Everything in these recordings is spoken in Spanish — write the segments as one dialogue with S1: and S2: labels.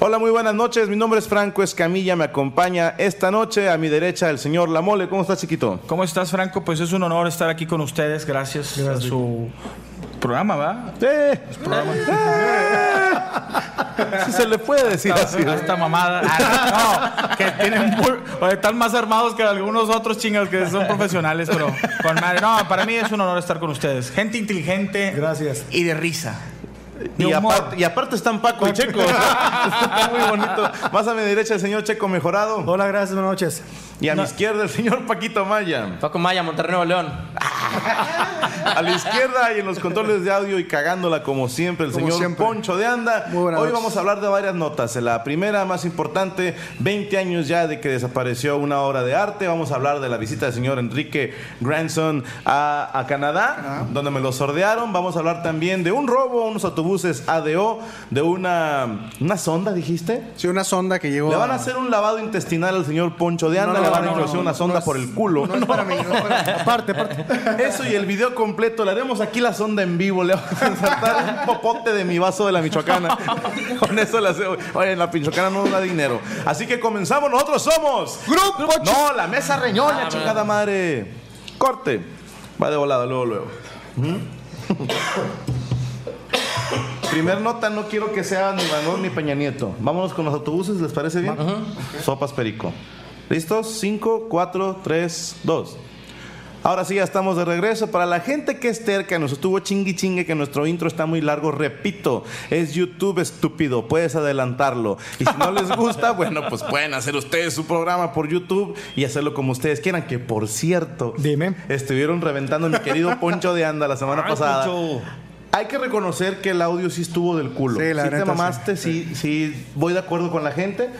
S1: Hola, muy buenas noches. Mi nombre es Franco Escamilla. Me acompaña esta noche a mi derecha el señor Lamole. ¿Cómo estás, chiquito?
S2: ¿Cómo estás, Franco? Pues es un honor estar aquí con ustedes. Gracias, a su programa, ¿va?
S1: ¡Eh!
S2: Su programa.
S1: Si se le puede decir así.
S2: Esta, esta mamada. Ah, no, que tienen pur- oye, están más armados que algunos otros chingados que son profesionales, pero con madre. No, para mí es un honor estar con ustedes. Gente inteligente.
S3: Gracias.
S2: Y de risa. De
S1: Y
S2: humor.
S1: aparte, y aparte están Paco y Checo. Está muy bonito. Más a mi derecha el señor Checo Mejorado.
S3: Hola, gracias, buenas noches.
S1: Y a mi izquierda el señor Paquito Maya.
S4: Paco Maya, Monterrey, Nuevo León.
S1: A la izquierda y en los controles de audio y cagándola como siempre el
S3: Como
S1: señor
S3: siempre.
S1: Poncho de Anda.
S3: Muy buenas
S1: Hoy
S3: noches.
S1: vamos a hablar de varias notas. La primera, más importante, 20 años ya de que desapareció una obra de arte. Vamos a hablar de la visita del señor Enrique Granson a, a Canadá, donde me lo sordearon. Vamos a hablar también de un robo, unos autobuses ADO, de una, una sonda, dijiste.
S3: Sí, una sonda que llegó.
S1: Le van a hacer un lavado intestinal al señor Poncho de Anda,
S3: No, no,
S1: le van
S3: no,
S1: a introducir
S3: no,
S1: una
S3: no
S1: sonda
S3: es-
S1: por el culo.
S3: No es para mí, no es para mí. Aparte, aparte.
S1: Eso y el video completo, le haremos aquí la sonda en vivo, le vamos a saltar un popote de mi vaso de la Michoacana. Con eso le hacemos. Oye, la Michoacana no nos da dinero. Así que comenzamos, nosotros somos.
S3: Grupo Ah,
S1: No, la mesa reñoña, chingada madre. Corte. Va de volada, luego, luego. ¿Mm? Primer nota, no quiero que sea ni Manuel ni Peña Nieto. Vámonos con los autobuses, ¿les parece bien? Sopas Perico. ¿Listos? 5, 4, 3, 2. Ahora sí, ya estamos de regreso. Para la gente que es terca, nos estuvo chingui chingue que nuestro intro está muy largo, repito, es YouTube estúpido, puedes adelantarlo. Y si no les gusta, bueno, pues pueden hacer ustedes su programa por YouTube y hacerlo como ustedes quieran, que por cierto,
S3: Dime.
S1: estuvieron reventando a mi querido Poncho de Anda la semana
S2: Ay,
S1: pasada.
S2: Poncho.
S1: Hay que reconocer que el audio sí estuvo del culo.
S3: Sí, la
S1: sí te
S3: neta,
S1: mamaste, sí. sí, voy de acuerdo con la gente.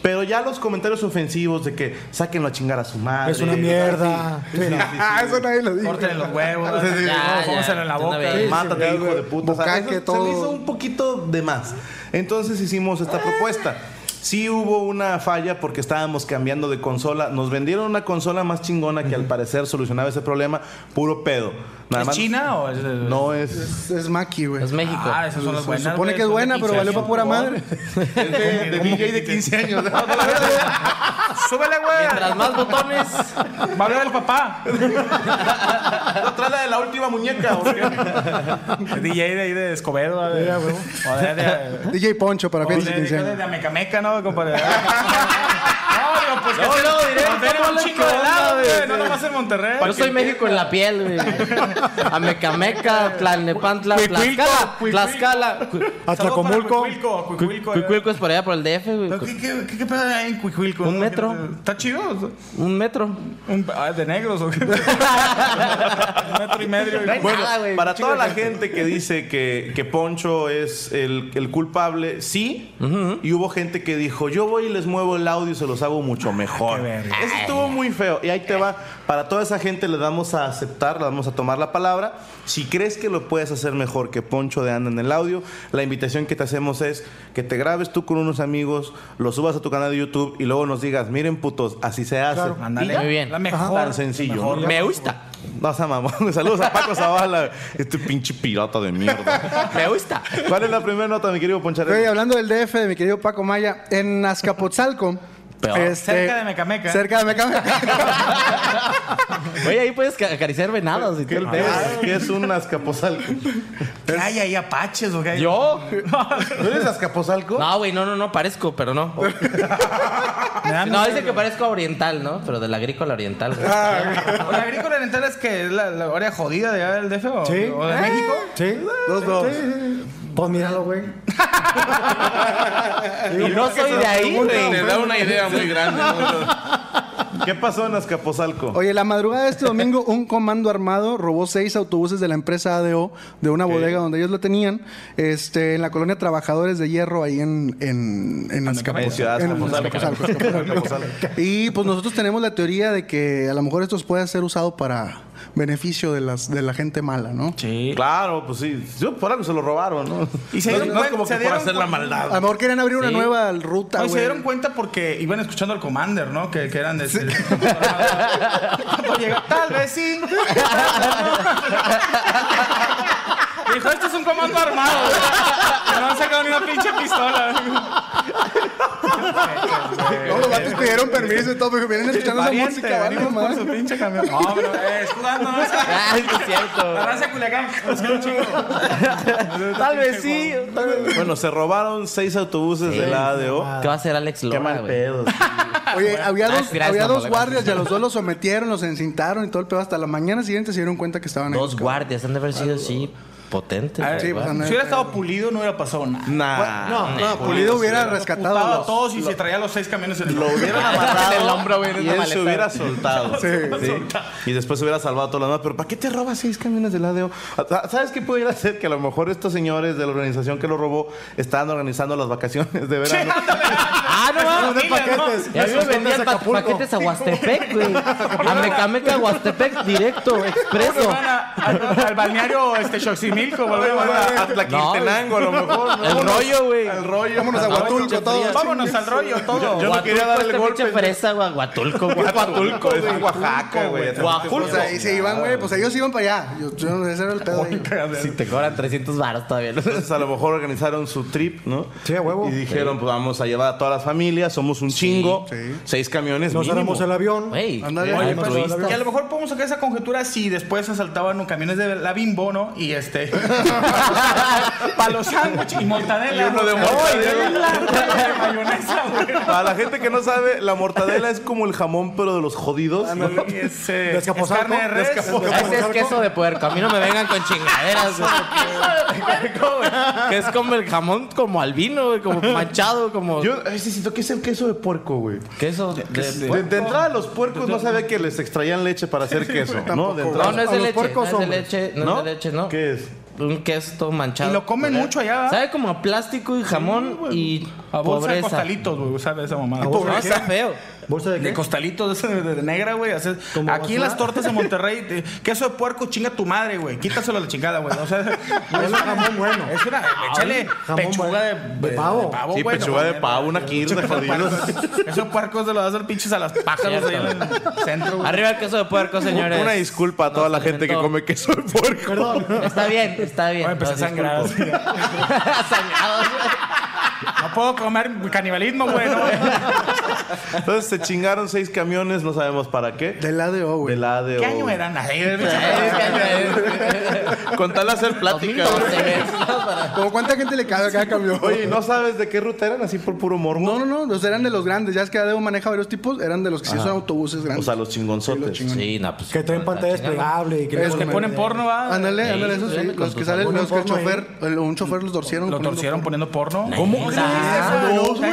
S1: Pero ya los comentarios ofensivos de que sáquenlo a chingar a su madre.
S3: Es una mierda.
S1: Sí, sí, sí, sí.
S3: Ah, eso nadie lo dijo.
S2: Corten los huevos.
S3: Sí, sí, Ah, sí.
S4: Ya, ya,
S2: pónganse en la
S4: de una
S2: boca.
S4: vez.
S3: Sí,
S1: Mátate,
S3: sí,
S1: hijo de puta. O sea,
S3: Bucaque,
S1: eso Se
S3: todo.
S1: me hizo un poquito de más. Entonces hicimos esta propuesta. Sí hubo una falla porque estábamos cambiando de consola. Nos vendieron una consola más chingona que al parecer solucionaba ese problema. Puro pedo. Nada
S2: ¿Es
S1: más-
S2: China o es.?
S1: No es...
S3: Es, es Maki, güey.
S4: Es México.
S2: Ah, esas son las
S3: Se
S2: buenas.
S3: supone
S2: güey,
S3: que es
S2: son de
S3: buena, pero
S2: 15
S3: valió
S2: años.
S3: para pura madre.
S1: es de, de DJ de 15 años.
S2: pues, Súbele, güey.
S4: Mientras más botones.
S2: Va a hablar el papá.
S1: No, tráela de la última muñeca. ¿o qué?
S2: El DJ de ahí de Escobedo. a ver.
S3: Ya, güey.
S2: O de- de-
S3: DJ Poncho para
S2: o de-
S3: feliz
S2: de- de Amecameca, ¿no, compadre? no, digo, pues que
S4: No,
S2: tiene-
S4: no, directo,
S2: tiene un
S4: ponle
S2: chingo de
S4: con
S2: lado,
S4: onda,
S2: güey. No
S4: sí.
S2: nomás en Monterrey.
S4: Yo soy México en la piel, güey. Amecameca, Tlalnepantla, Tlaxcala, Tlaxcala. Cu-
S3: Atlacomulco.
S2: Cuicuilco, Cuicuilco. eh.
S4: Cuicuilco es por allá por el DF,
S2: Pero,
S4: güey.
S2: ¿Qué, qué, qué, qué pasa en Cuicuilco?
S4: Un
S2: no?
S4: metro.
S2: ¿Está chido?
S4: Un metro.
S2: ¿Un, ah, ¿De negros o qué? un metro y medio.
S4: No hay
S2: Bueno,
S1: Ah,
S4: nada, Ah, güey.
S1: Para
S4: Chingo
S1: toda
S4: de
S1: la gente que dice que, que Poncho es el, el culpable, sí. Y hubo gente que dijo, yo voy y les muevo el audio y se los hago mucho mejor.
S2: verga.
S1: Eso estuvo muy feo. Y ahí te va. Para toda esa gente le damos a aceptar, le damos a tomar la palabra. Si crees que lo puedes hacer mejor que Poncho de Anda en el audio, la invitación que te hacemos es que te grabes tú con unos amigos, lo subas a tu canal de YouTube y luego nos digas, miren putos, así se hace.
S3: Claro.
S1: Y
S2: ándale.
S1: ya.
S4: Muy bien.
S2: La mejor.
S1: Tan sencillo,
S2: mejor.
S4: Me gusta.
S1: No, sea mamón. Saludos a Paco Zavala, este pinche pirata de mierda.
S4: Me gusta.
S1: ¿Cuál es la primera nota, mi querido
S3: Güey,
S1: Poncharelli?
S3: hablando del DF de mi querido Paco Maya, en Azcapotzalco. este,
S4: Peor.
S2: Cerca de Mecameca.
S3: Cerca de Mecameca.
S4: Oye, ahí puedes ca- acariciar venados y todo el pedo.
S1: Ah, ¿Qué es un azcapozalco?
S2: Ay, ahí apaches, ¿o qué?
S4: ¿Yo?
S1: ¿No eres azcapozalco?
S4: No, güey, no, no, no, parezco, pero no.
S2: Me da
S4: No, dice que parezco oriental, ¿no? Pero del agrícola oriental, güey.
S2: O ¿La agrícola oriental es que es la, la área jodida de allá del DF o,
S3: Sí.
S2: o de México?
S1: Ah.
S3: Sí, los dos. Pues míralo, güey.
S4: Y no soy de ahí, güey.
S5: Te da una idea muy grande.
S1: ¿Qué pasó en azcapozalco?
S3: Oye, la madrugada de este domingo, un comando armado robó seis autobuses de la empresa ADO de una bodega donde ellos lo tenían, este, en la colonia Trabajadores de Hierro, ahí en, en, en Azcapotzalco.
S1: Ciudad
S3: En
S1: Azcapotzalco.
S3: Azcapotzalco,
S1: Azcapotzalco.
S3: Y pues nosotros tenemos la teoría de que a lo mejor esto puede ser usado para beneficio de, las, de la gente mala, ¿no?
S2: Sí.
S1: Claro, pues sí. Sí, Por algo se lo robaron, ¿no?
S2: Y se dieron
S1: No es
S2: cuenta-
S1: como que
S2: se
S1: por
S2: dieron
S1: hacer la
S2: cuenta-
S3: A
S1: maldad.
S3: lo mejor quieren abrir una
S4: Sí.
S3: nueva ruta,
S2: Oye,
S3: güey.
S2: se dieron cuenta porque iban escuchando al Commander, ¿no? Que, que eran este, de... de- Cuando llegó, tal vez sí. Dijo, esto es un comando armado. güey. Que no han sacado ni una pinche pistola.
S3: No, los vatos pidieron permiso y todo, pero vienen escuchando esa
S2: Valiente,
S3: música, vale,
S2: venimos por
S3: madre.
S2: su pinche camión. No, pero eh, es jugando, ¿no?
S4: Ah, sí, es cierto.
S2: La raza de Culiacán. Es que un chico.
S4: Tal vez sí. tal vez-
S1: Bueno, se robaron seis autobuses de la ADO.
S4: ¿Qué va a hacer Alex
S1: Qué
S4: Lora,
S1: mal
S4: güey?
S1: pedo.
S3: Oye, había
S4: Ah,
S3: dos,
S4: gracias,
S3: había dos
S4: Napoleón.
S3: guardias y a los dos los sometieron, los encintaron y todo el pedo. Hasta la mañana siguiente se dieron cuenta que estaban ahí.
S4: Dos guardias han de haber sido así potentes.
S1: Ah,
S2: A ver,
S3: Sí,
S4: güey.
S3: pues,
S2: Si hubiera estado pulido, no hubiera pasado nada.
S1: Nah.
S3: No, no, Pulido hubiera rescatado
S2: Putaba
S3: a
S2: a
S3: los-
S2: todos y se traía los seis camiones en el
S1: Lo hubieran
S4: En el hombro,
S1: amarrado
S4: güey, en
S1: y
S4: una
S1: él se
S4: maleta.
S1: hubiera soltado.
S3: Sí,
S1: ¿sí? Y después se hubiera salvado todo lo demás. Pero ¿para qué te robas seis camiones del ADO? Ah, ¿Sabes qué pudiera hacer? Que a lo mejor estos señores de la organización que lo robó estaban organizando las vacaciones de verano.
S4: Ah, no
S3: Los de
S4: mames.
S3: paquetes.
S4: Y a mí me
S3: Esos
S4: vendían
S3: de
S4: pa-
S3: Acapulco.
S4: paquetes a Huastepec, güey. A Mecameca, Huastepec, directo, expreso.
S2: Van a- al, al balneario este, Xochimilco, volvemos a-
S1: A Tlaquiltenango, a lo mejor. ¿no?
S4: El rollo, güey.
S1: El rollo.
S3: Vámonos a Huatulco todos.
S2: Vámonos al rollo todo.
S1: Yo no quería dar el
S4: este
S1: golpe.
S4: pinche pereza, güey. Huatulco, güey.
S1: Huatulco, es Oaxaca, güey.
S3: O sea, y se iban, güey, pues ellos iban para allá. Yo, yo no sé, ese era el pedo ahí.
S4: Si te cobran 300 varos todavía. ¿no?
S1: Entonces, a lo mejor organizaron su trip, ¿no?
S3: Sí, a huevo.
S1: Y dijeron, pues vamos a llevar a todas las familias, somos un chingo,
S3: Sí.
S1: seis camiones
S6: Nos
S1: mínimo.
S6: haremos el avión.
S4: Güey,
S3: Ándale,
S4: hay
S3: ahí
S4: otro
S3: pasó el
S4: Insta.
S2: Que a lo mejor podemos sacar esa conjetura si después asaltaban un camiones de la Bimbo, ¿no? Y este. para los sándwiches y mortadela.
S1: Y uno de
S2: Ay,
S1: mortadela.
S2: de mayonesa, güey.
S1: Para la gente que no sabe, la mortadela es como el jamón, pero de los jodidos. Ah, ¿no?
S2: Y es, eh,
S6: ¿De
S2: es
S6: Escaposalco?
S2: carne de
S6: ¿De
S2: res.
S6: Escaposalco?
S4: Ese es queso de puerco. A mí no me vengan con chingaderas, güey. que es como el jamón como al vino, güey, como manchado, como
S1: Yo ay, sí, siento que es el queso de puerco, güey.
S4: queso de
S1: De, de entrada, los puercos no sabía que les extraían leche para hacer queso, ¿no? De
S4: No,
S1: entrada.
S4: no es
S6: A
S4: de
S6: los
S4: leche, no
S6: puercos,
S4: es de
S6: hombre.
S4: leche, no es de leche, no.
S1: ¿Qué es?
S4: Un queso todo manchado.
S2: Y lo comen
S4: ¿verdad?
S2: mucho allá, ¿verdad? pues,
S4: Sabe como a plástico y jamón y
S2: A bolsa de
S4: pobreza.
S2: costalitos, güey. ¿Sabes esa mamada?
S4: No, está feo.
S6: ¿Bolsa de
S2: De
S6: qué?
S2: costalitos de, de- de negra, güey. haces-
S6: ¿Como
S2: Aquí en
S6: basura?
S2: las tortas de Monterrey, te- queso de puerco, chinga tu madre, güey. Quítaselo a la chingada, güey. O sea, es
S6: un jamón bueno. Ah,
S2: Es una, échale
S6: jamón
S2: pechuga de,
S6: bueno.
S2: de-
S6: De pavo.
S2: de
S1: Sí,
S2: güey,
S1: pechuga
S2: no,
S1: de
S2: güey,
S1: pavo,
S2: no,
S1: una
S2: güey.
S1: kirda, jodidos.
S2: Esos puercos se los das al pinches a las pájaros ahí en el centro, güey.
S4: Arriba el queso de puerco, señores.
S1: Una disculpa a toda la gente que
S4: alimentó.
S1: come queso de puerco.
S4: Está bien, está bien.
S2: Voy a empezar a
S4: No,
S2: sangrar.
S4: disculpo. Sangrados, güey.
S2: No puedo comer canibalismo, güey. no, güey.
S1: Entonces se chingaron seis camiones, no sabemos para qué.
S3: Del ADO, güey.
S1: Del ADO.
S2: ¿Qué año eran? Ay,
S4: Es que, güey, Contarle hacer plática.
S3: Como cuánta gente le cae acá cambió.
S1: Oye, ¿no sabes de qué ruta eran así por puro morbo?
S3: No, no, no, los eran de los grandes. Ya es que Adeo maneja varios tipos, eran de los que sí son autobuses
S1: O
S3: grandes.
S1: sea, los chingonzotes.
S4: Sí, no, pues.
S5: Que traen pantalla desplegable y que
S3: Esos
S2: Los que
S3: me-
S2: ponen porno, va.
S3: Ándale,
S4: Sí,
S3: ándale, esos sí.
S4: ándale, con
S3: Los que
S4: tus
S3: salen,
S5: abuelos
S3: los que el
S5: porno ahí.
S3: chofer, el- un chofer los torcieron.
S2: Lo
S3: poniendo
S2: torcieron
S3: porno.
S2: poniendo porno.
S4: ¿Cómo
S3: Ah, no, güey,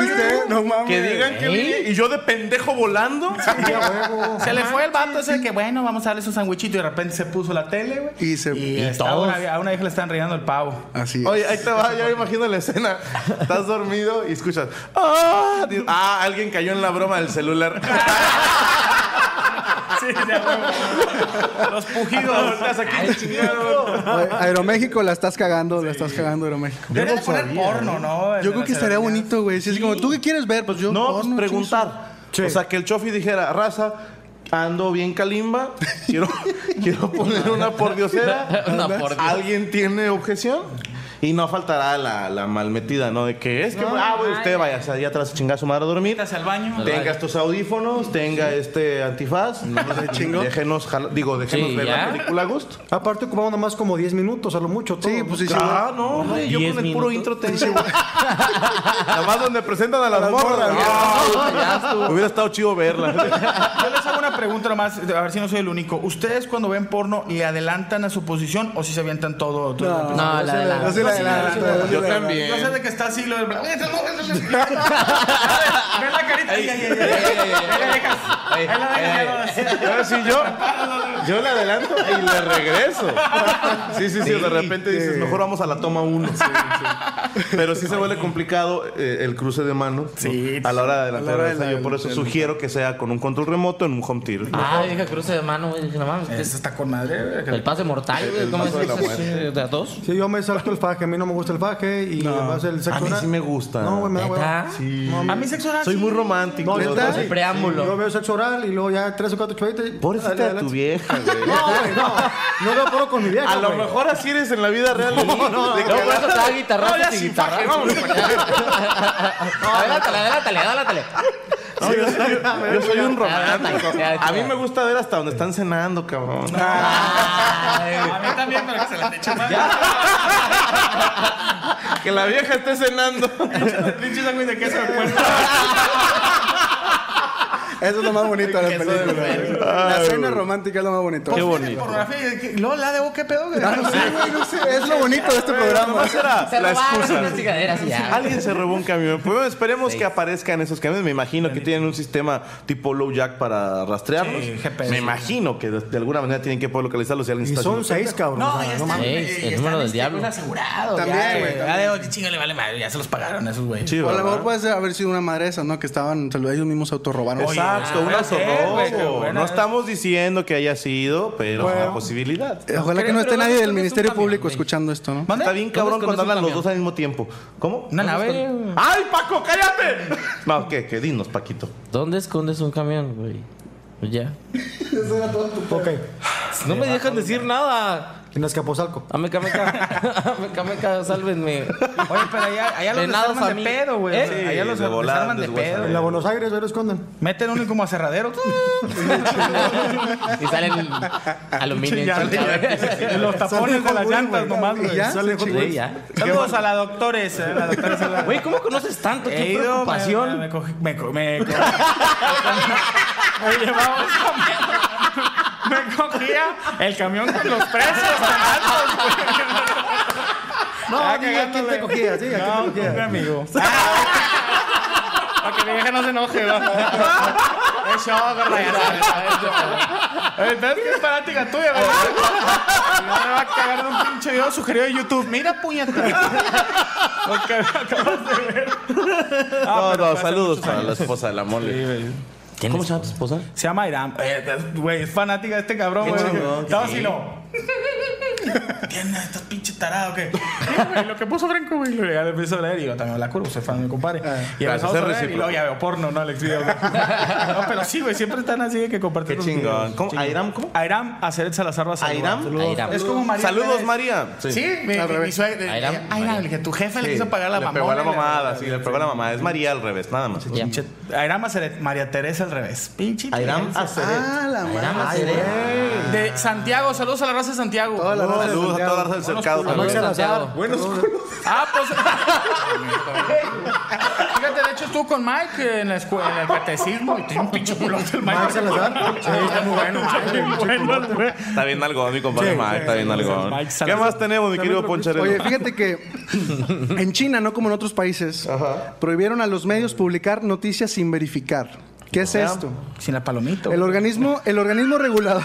S3: No mames.
S1: Pues, Que digan que
S4: ¿Eh?
S1: vi- y yo de pendejo volando.
S2: Se le fue el vato ese que, bueno, vamos a darle su sandwichito y de repente se puso la tele, güey.
S3: Y se-
S2: Y,
S3: y
S2: estaba
S4: todos.
S2: una- a una vieja le están reinando el pavo.
S3: Así es.
S1: Oye, ahí te va, ya me imagino la escena. Estás dormido y escuchas. ¡Ah! Dices, "Ah, alguien cayó en la broma del celular.
S2: Sí, Los pujidos.
S3: Oye, Aeroméxico, la estás cagando, la estás cagando, Aeroméxico.
S2: Deberían de poner porno, ¿no?
S3: Yo creo que estaría bonito, güey. Si es como, ¿tú qué quieres ver? Pues yo.
S1: No, pues
S3: porno,
S1: preguntar.
S5: Sí.
S1: O sea, que el chofi dijera, raza, ando bien calimba, quiero, quiero poner una pordiosera.
S4: Una por Dios.
S1: ¿Alguien tiene objeción? Y no faltará la, la malmetida, ¿no? De que es que, ah, güey, usted vaya allá atrás a chingar a su madre a dormir.
S2: Estás al baño.
S1: Tengas tus audífonos, tenga este antifaz. Déjenos, jala- digo, déjenos
S4: Sí,
S1: ver la
S4: ya.
S1: película a gusto.
S5: Aparte ocupamos nomás como 10 minutos, a lo mucho.
S3: Sí,
S5: todo.
S3: pues sí, sí.
S1: Ah, no, güey, yo con el
S4: 10
S1: puro intro
S4: minutos.
S1: te Nada más donde presentan a las morras. Ah, Hubiera estado chido verla.
S2: Yo les hago una pregunta nomás, a ver si no soy el único. ¿Ustedes cuando ven porno le adelantan a su posición o si se avientan todo? todo el rato?
S3: No,
S4: No, la de
S3: Yo
S4: la.
S3: sí la adelanto, yo sí la adelanto.
S2: Yo sé de que está así lo del... Ve la carita. Ahí, ahí, ahí, ahí. Ahí la dejas. Ahí la dejas, ya no vas.
S1: Ahora sí, yo, yo le adelanto y le regreso. Sí, sí, sí. De repente dices, mejor vamos a la toma uno. Pero sí se vuelve complicado eh, el cruce de mano. Sí. A la hora de adelantar.
S3: hora de
S1: o sea, yo por eso sugiero que sea con un control remoto en un home theater.
S4: Ah, dije cruce de mano, güey. Dije, no mames, ¿qué
S2: Esa
S4: es
S2: está con madre. güey.
S4: el pase mortal, güey. ¿Cómo es eso? ¿De a dos?
S5: Sí, yo me salto el faje, a mí no me gusta el faje y además el sexo
S1: A mí
S5: oral-
S1: sí me gusta.
S5: No, güey, me da
S4: ¿Neta?
S5: hueva.
S1: Sí.
S2: A mí sexo oral
S1: Soy
S2: sí.
S1: muy romántico.
S5: No, yo
S3: ¿Neta?
S5: sí.
S4: El preámbulo.
S5: Yo veo sexo oral y luego ya tres o cuatro chupitas. y-
S1: Pobrecita de tu
S5: adelante.
S1: vieja, güey.
S5: No, güey, no. No veo poro con mi vieja.
S1: A lo
S5: güey.
S1: mejor así eres en la vida real. No, no, no.
S4: No, por eso estaba guitarrazo
S1: No, ya
S4: y
S1: sin
S4: guitarrazo.
S1: faje, vámonos
S4: Adelátale, adelátale, adelátale.
S1: No, yo, soy, yo soy un romántico.
S4: Ya, ya, ya.
S1: A mí me gusta ver hasta donde están cenando, cabrón. Ah,
S4: Ay,
S2: A mí también, pero que se la echa más.
S1: Que la vieja esté cenando.
S2: Pinche sándwich de queso de puerco.
S3: Eso es lo más bonito de las películas. La cena romántica es lo más bonito.
S2: Pornografía. y que- Luego la debo, ¿qué pedo? güey?
S3: Ah, no sé, güey, no sé. Es lo bonito de este programa.
S4: Se
S1: la
S4: robaron
S1: excusa.
S4: unas chingaderas y ya.
S1: Alguien se robó un camión. Pues esperemos que aparezcan esos camiones. Me imagino que tienen un sistema tipo low jack para rastrearlos.
S2: Sí, GPS.
S1: Me imagino que de, de alguna manera tienen que poder localizarlos si alguien
S5: Y
S1: está
S5: son
S1: haciendo-
S5: seis, cabrón.
S2: No,
S5: o sea,
S2: ya
S5: no
S2: están.
S5: mames.
S4: Ey,
S2: eh,
S4: el
S2: ya
S4: número
S2: están,
S4: del
S2: este,
S4: diablo.
S2: pues, asegurado.
S3: También,
S2: ya,
S3: güey,
S2: Ya de oye, chinga, le vale madre. Ya se los pagaron esos, güey.
S1: Sí,
S3: O a lo
S1: ¿verdad?
S3: mejor puede ser- haber sido una madre esa, ¿no? Que estaban, se lo- ellos mismos se autorrobaron.
S2: Oye,
S1: Exacto, un
S2: puede ser, güey, qué
S1: autorrobo.
S2: buena.
S1: No estamos diciendo que haya sido, pero es una posibilidad.
S3: Eh, Ojalá que
S4: Pero-
S3: no
S4: pero
S3: esté
S4: no
S3: nadie
S4: es-
S3: del
S4: no es un
S3: Ministerio
S4: camión,
S3: Público
S4: güey.
S3: escuchando esto, ¿no?
S2: ¿Mande?
S1: Está bien cabrón
S4: ¿Dónde
S1: cuando
S4: escondes
S1: hablan
S4: un
S1: los dos al mismo tiempo. ¿Cómo?
S2: Una nave.
S1: ¡Ay, Paco, cállate! No, ¿qué? ¿Qué? Dinos, Paquito.
S4: ¿Dónde escondes un camión, güey? Pues Ya.
S5: Ok,
S4: No me dejan decir nada.
S5: en Escaposalco.
S4: Ameca, ameca. Ameca, ameca, sálvenme.
S2: Oye, pero allá, allá los
S4: Venados
S2: desarman
S4: a
S2: de
S4: mí.
S2: pedo, güey.
S4: ¿Eh?
S2: Allá
S1: Sí,
S2: los
S1: de volada,
S2: desarman de
S1: deshuesan.
S2: pedo.
S5: En la Buenos Aires, ahí lo esconden.
S2: Meten uno como aserradero.
S4: Y salen aluminio.
S2: Ya,
S4: encharcado.
S2: ya. Los tapones de las llantas nomás, güey.
S3: ya,
S5: Sale Hot
S4: Sí,
S5: Wheels.
S4: ya.
S2: Saludos a la doctores. eh, La doctora Salva.
S4: Güey, ¿cómo conoces tanto?
S2: He
S4: Qué
S2: ido, me- Me,
S4: preocupación.
S2: me cogí- me co- me co- me llevaba un camión. Me cogía el camión con los precios tan altos, güey.
S5: No,
S2: Ya
S5: di a quién te
S2: cagándole.
S5: cogías, sí, a quién
S2: No,
S5: te cogías.
S2: un amigo. Para que mi vieja no se enoje, güey. Es show, gorda, ya sabes. El pedo es que es fanática tuya, güey. Y ahora va a cagar de un pinche video sugerido de YouTube. Mira, puñeta. Lo que acabas de ver. Ah,
S1: No,
S2: pero
S1: no,
S2: fue hace
S1: saludos
S2: muchos
S1: para
S2: años.
S1: la esposa de la mole.
S4: ¿Cómo se llama tu esposa?
S2: Se llama Irán. Eh, Güey, es fanática de este cabrón, güey. Estaba así, no. ¿Entiendes? Estás pinche tarado, ¿qué? Sí, güey, lo que puso Franco, güey. lo- Ya le empiezo a leer y yo también la curvo, soy fan de mi compadre.
S1: Ah,
S2: Y
S1: Gracias,
S2: empezamos a
S1: es
S2: leer y
S1: recíproco.
S2: luego ya veo porno, ¿no? Alex Video, güey. No, pero sí, güey, siempre están así de que comparten.
S1: Qué chingón. ¿Cómo? ¿Airam? ¿Cómo?
S2: Airam Aceret Salazar Basaluá.
S1: ¿Airam?
S4: Airam.
S2: Es como María.
S1: Saludos,
S2: Pérez.
S1: María.
S2: Sí, mi, mi, mi suegra.
S4: Airam,
S2: Airam,
S4: María.
S2: le dije, tu jefe le
S1: Sí.
S2: quiso pagar la
S1: Le
S2: mamada.
S1: pegó a la mamada, sí, le pegó a la mamada. Es María al revés, nada más.
S4: Ya.
S2: Pinche- Airam Aceret, María Teresa al revés. Pinche.
S1: Airam
S2: Teresa.
S1: Aceret.
S3: Ah, la madre.
S4: Nada más, eh.
S2: De Santiago, saludos a la raza raza de Santiago.
S3: Toda la raza de
S1: Saludos a
S3: Santiago.
S1: toda la raza del cercado.
S4: Saludos,
S1: también.
S4: Santiago.
S5: Buenos
S2: Ah, pues. Fíjate, de hecho estuvo con Mike eh, en la escuela, en el catecismo y tiene un pinche culote el Mike.
S5: Mike Salazar.
S2: Sí, está muy bueno. Mike.
S1: Está bien algodón, mi compadre Mike. Está bien algodón.
S6: Mike
S1: ¿Qué
S6: Salazar.
S1: más tenemos, mi querido Poncharelo?
S3: Oye, fíjate que en China, no como en otros países, prohibieron a los medios publicar noticias sin verificar. ¿Qué es esto?
S2: Sin la palomita.
S3: El organismo, el organismo regulador.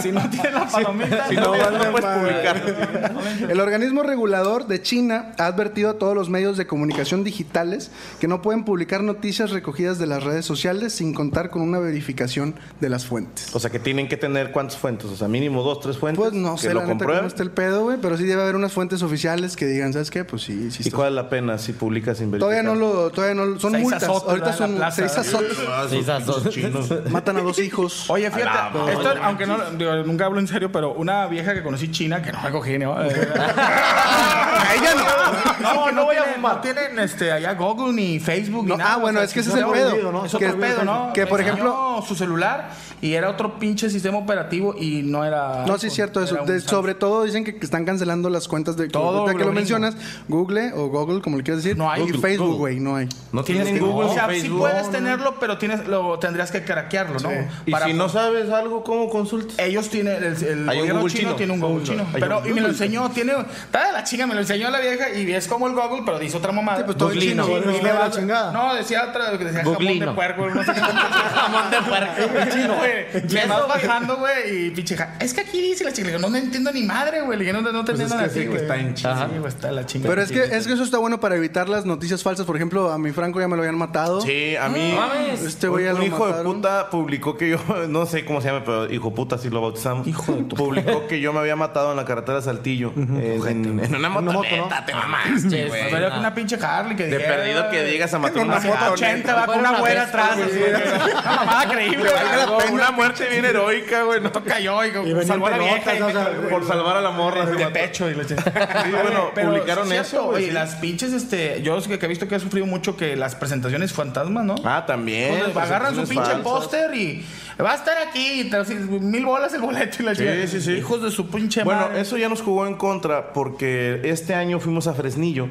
S2: Si no tiene la palomita.
S1: Si no, no puedes publicar.
S3: El organismo regulador de China ha advertido a todos los medios de comunicación digitales que no pueden publicar noticias recogidas de las redes sociales sin contar con una verificación de las fuentes.
S1: O sea, que tienen que tener cuántas fuentes. O sea, mínimo dos, tres fuentes.
S3: Pues no sé,
S1: que
S3: la
S1: lo
S3: neta, cómo
S1: comprueben.
S3: está el pedo, güey, pero sí debe haber unas fuentes oficiales que digan, ¿sabes qué? Pues sí,
S1: ¿Y
S3: sí. está-
S1: cuál es la pena si publicas sin verificar?
S3: Todavía no lo, todavía no lo- son
S2: Seis
S3: multas.
S2: azotes,
S3: Ahorita
S2: ¿verdad? En la
S3: son
S2: plaza,
S3: seis
S2: ¿verdad?
S3: azotes.
S4: Sí, esas dos.
S3: Matan a dos hijos.
S2: Oye, fíjate, esto, aunque Ah, no, digo, nunca hablo en serio, pero una vieja que conocí china que no me cogí, ¿no? Eh,
S3: ella no.
S2: No, no, voy a fumar. tienen este, allá Google ni Facebook
S3: No,
S2: ni nada.
S3: ah, bueno,
S2: o sea,
S3: es que ese
S2: si
S3: es el
S2: no-
S3: pedo.
S2: ¿no? Es
S3: Que-
S2: otro pedo, ¿no?
S3: que, por
S2: Me enseñó
S3: ejemplo-
S2: su celular y era otro pinche sistema operativo y no era.
S3: No, sí es cierto eso.
S2: Era un
S3: De-
S2: Samsung.
S3: sobre todo dicen que que están cancelando las cuentas de
S2: Todo
S3: ahorita que
S2: lo
S3: lo
S2: mismo.
S3: mencionas, Google o Google, como le quieras decir,
S2: No hay.
S3: y
S2: Google,
S3: Facebook,
S1: Google.
S3: güey, no hay.
S1: No
S2: Tienes
S1: tienen
S2: que
S1: Google,
S2: O sea, sí
S1: Facebook.
S2: puedes tenerlo, pero tienes, lo tendrías que craquearlo, ¿no?
S1: Y
S2: Para-
S1: si no sabes algo, ¿cómo consultas?
S2: Ellos tienen, el, el
S1: Hay un
S2: gobierno
S1: Google
S2: chino,
S1: chino.
S2: tiene un Google
S1: Hay
S2: chino.
S1: un
S2: Pero, y me lo
S1: Google.
S2: enseñó, tiene, está de la chinga, me lo enseñó la vieja y es como el Google, pero dice otra mamada.
S3: pues todo
S4: Google,
S3: chino.
S4: no.
S3: güey.
S5: Google, la chingada.
S2: No, decía otra, decía jamón
S4: Googlino.
S2: de puerco, no sé qué.
S4: Jamón de puerco.
S2: chino, güey. Le vas bajando, güey, y pinche ja- Es que aquí dice la chica, le digo, no, no entiendo ni madre, güey. Le dije, no, no te entiendo nada.
S1: Pues es que sí,
S2: así,
S1: que
S2: güey.
S1: está en China.
S2: Sí, güey, está la chingada.
S3: Pero es que, es que eso está bueno para evitar las noticias falsas. Por ejemplo, a mi Franco ya me lo habían matado.
S1: Sí, a mí.
S3: Este güey ya
S1: un
S3: lo
S1: hijo
S3: mataron.
S1: de puta publicó que yo, no sé cómo se llama, pero hijo puta, así lo bautizamos. Hijo de Publicó que yo me había matado en la carretera de Saltillo. Eh, en, en una motoneta, te mamaste, güey.
S2: Pero era
S4: Ah,
S2: una pinche Harley que
S1: De
S2: dijera,
S1: perdido que
S2: güey,
S1: digas a matar una
S2: Una moto 80 va con
S4: Fuera
S2: una
S4: una
S2: güera
S4: Vespa,
S2: atrás. así, güey. Una mamada creíble, güey.
S1: Algo, Una muerte bien heroica, güey. No
S2: No cayó y
S5: venía
S2: salvó a la
S5: en
S2: vieja. y
S5: pelotas, o sea,
S2: me-
S1: Por salvar a la morra. se
S2: de
S1: mató.
S2: pecho y la chingada.
S1: Sí, bueno,
S2: Pero
S1: publicaron
S2: sí es
S1: eso,
S2: cierto,
S1: güey.
S2: Oye, las pinches, este, yo que, que he visto que ha sufrido mucho que las presentaciones fantasmas, ¿no?
S1: Ah, también.
S2: Pues,
S1: pues,
S2: agarran su
S1: es
S2: pinche
S1: falso.
S2: póster y va a estar aquí, y te- así, mil bolas el boleto y la
S1: Sí,
S2: chingada.
S1: sí, sí.
S2: Hijos de su pinche
S1: Bueno,
S2: madre.
S1: eso ya nos jugó en contra porque este año fuimos a Fresnillo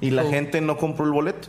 S1: y la gente no compró el boleto.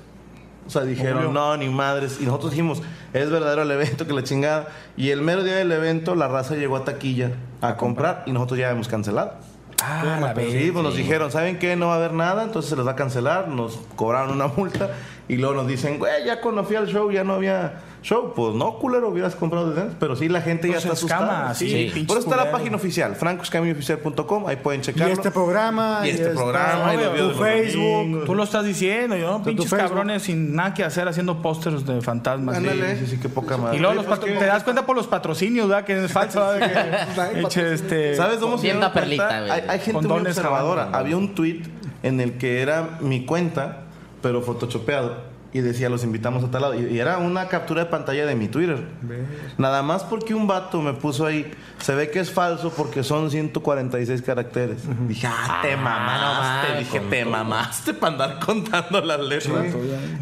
S1: O sea, dijeron,
S2: Oh. Obvio.
S1: no, ni madres. Y nosotros dijimos, es verdadero el evento, que la chingada. Y el mero día del evento, la raza llegó a taquilla a, comprar, y nosotros ya hemos cancelado.
S2: Ah, la
S1: Sí,
S2: verga.
S1: pues nos dijeron, ¿saben qué? No va a haber nada, entonces se les va a cancelar. Nos cobraron una multa y luego nos dicen, güey, ya cuando fui al show ya no había show. Pues no, culero, hubieras comprado desde antes. Pero sí, la gente ya
S2: Pues
S1: está
S2: se escama,
S1: asustada.
S2: sí, pinches
S1: Por eso está la
S2: culeros.
S1: página oficial, francoscamioficial.com, ahí pueden
S5: Y
S1: checarlo.
S5: este programa.
S1: Y este
S5: está-
S1: programa, y los videos
S5: Tu
S1: de los
S5: Facebook.
S1: domingos.
S2: Tú lo estás diciendo, yo,
S5: tu
S2: pinches
S5: Facebook.
S2: cabrones sin nada que hacer haciendo pósters de fantasmas.
S1: Sí,
S3: Ándale.
S1: sí, sí, qué poca madre.
S2: Y luego los
S1: Oye, pues,
S2: patro-
S1: ¿qué?
S2: te das cuenta por los patrocinios, ¿verdad? Que es falso, ¿verdad? Que-
S3: Ay, patrocinio.
S2: Eche, este...
S1: ¿Sabes cómo se
S4: Tienda
S1: dieron cuenta?
S4: perlita, güey.
S1: Hay, hay gente muy
S2: Condones
S1: observadora.
S2: grabando.
S1: Había un tweet en el que era mi cuenta, pero photoshopeado. Y decía, los invitamos a tal lado. Y, y era una captura de pantalla de mi Twitter. Nada más porque un vato me puso ahí. Se ve que es falso porque son 146 caracteres. Dije, ah, te mamaste.
S4: no mames,
S1: Dije,
S4: con
S1: te
S4: todo.
S1: mamaste para andar contando las letras.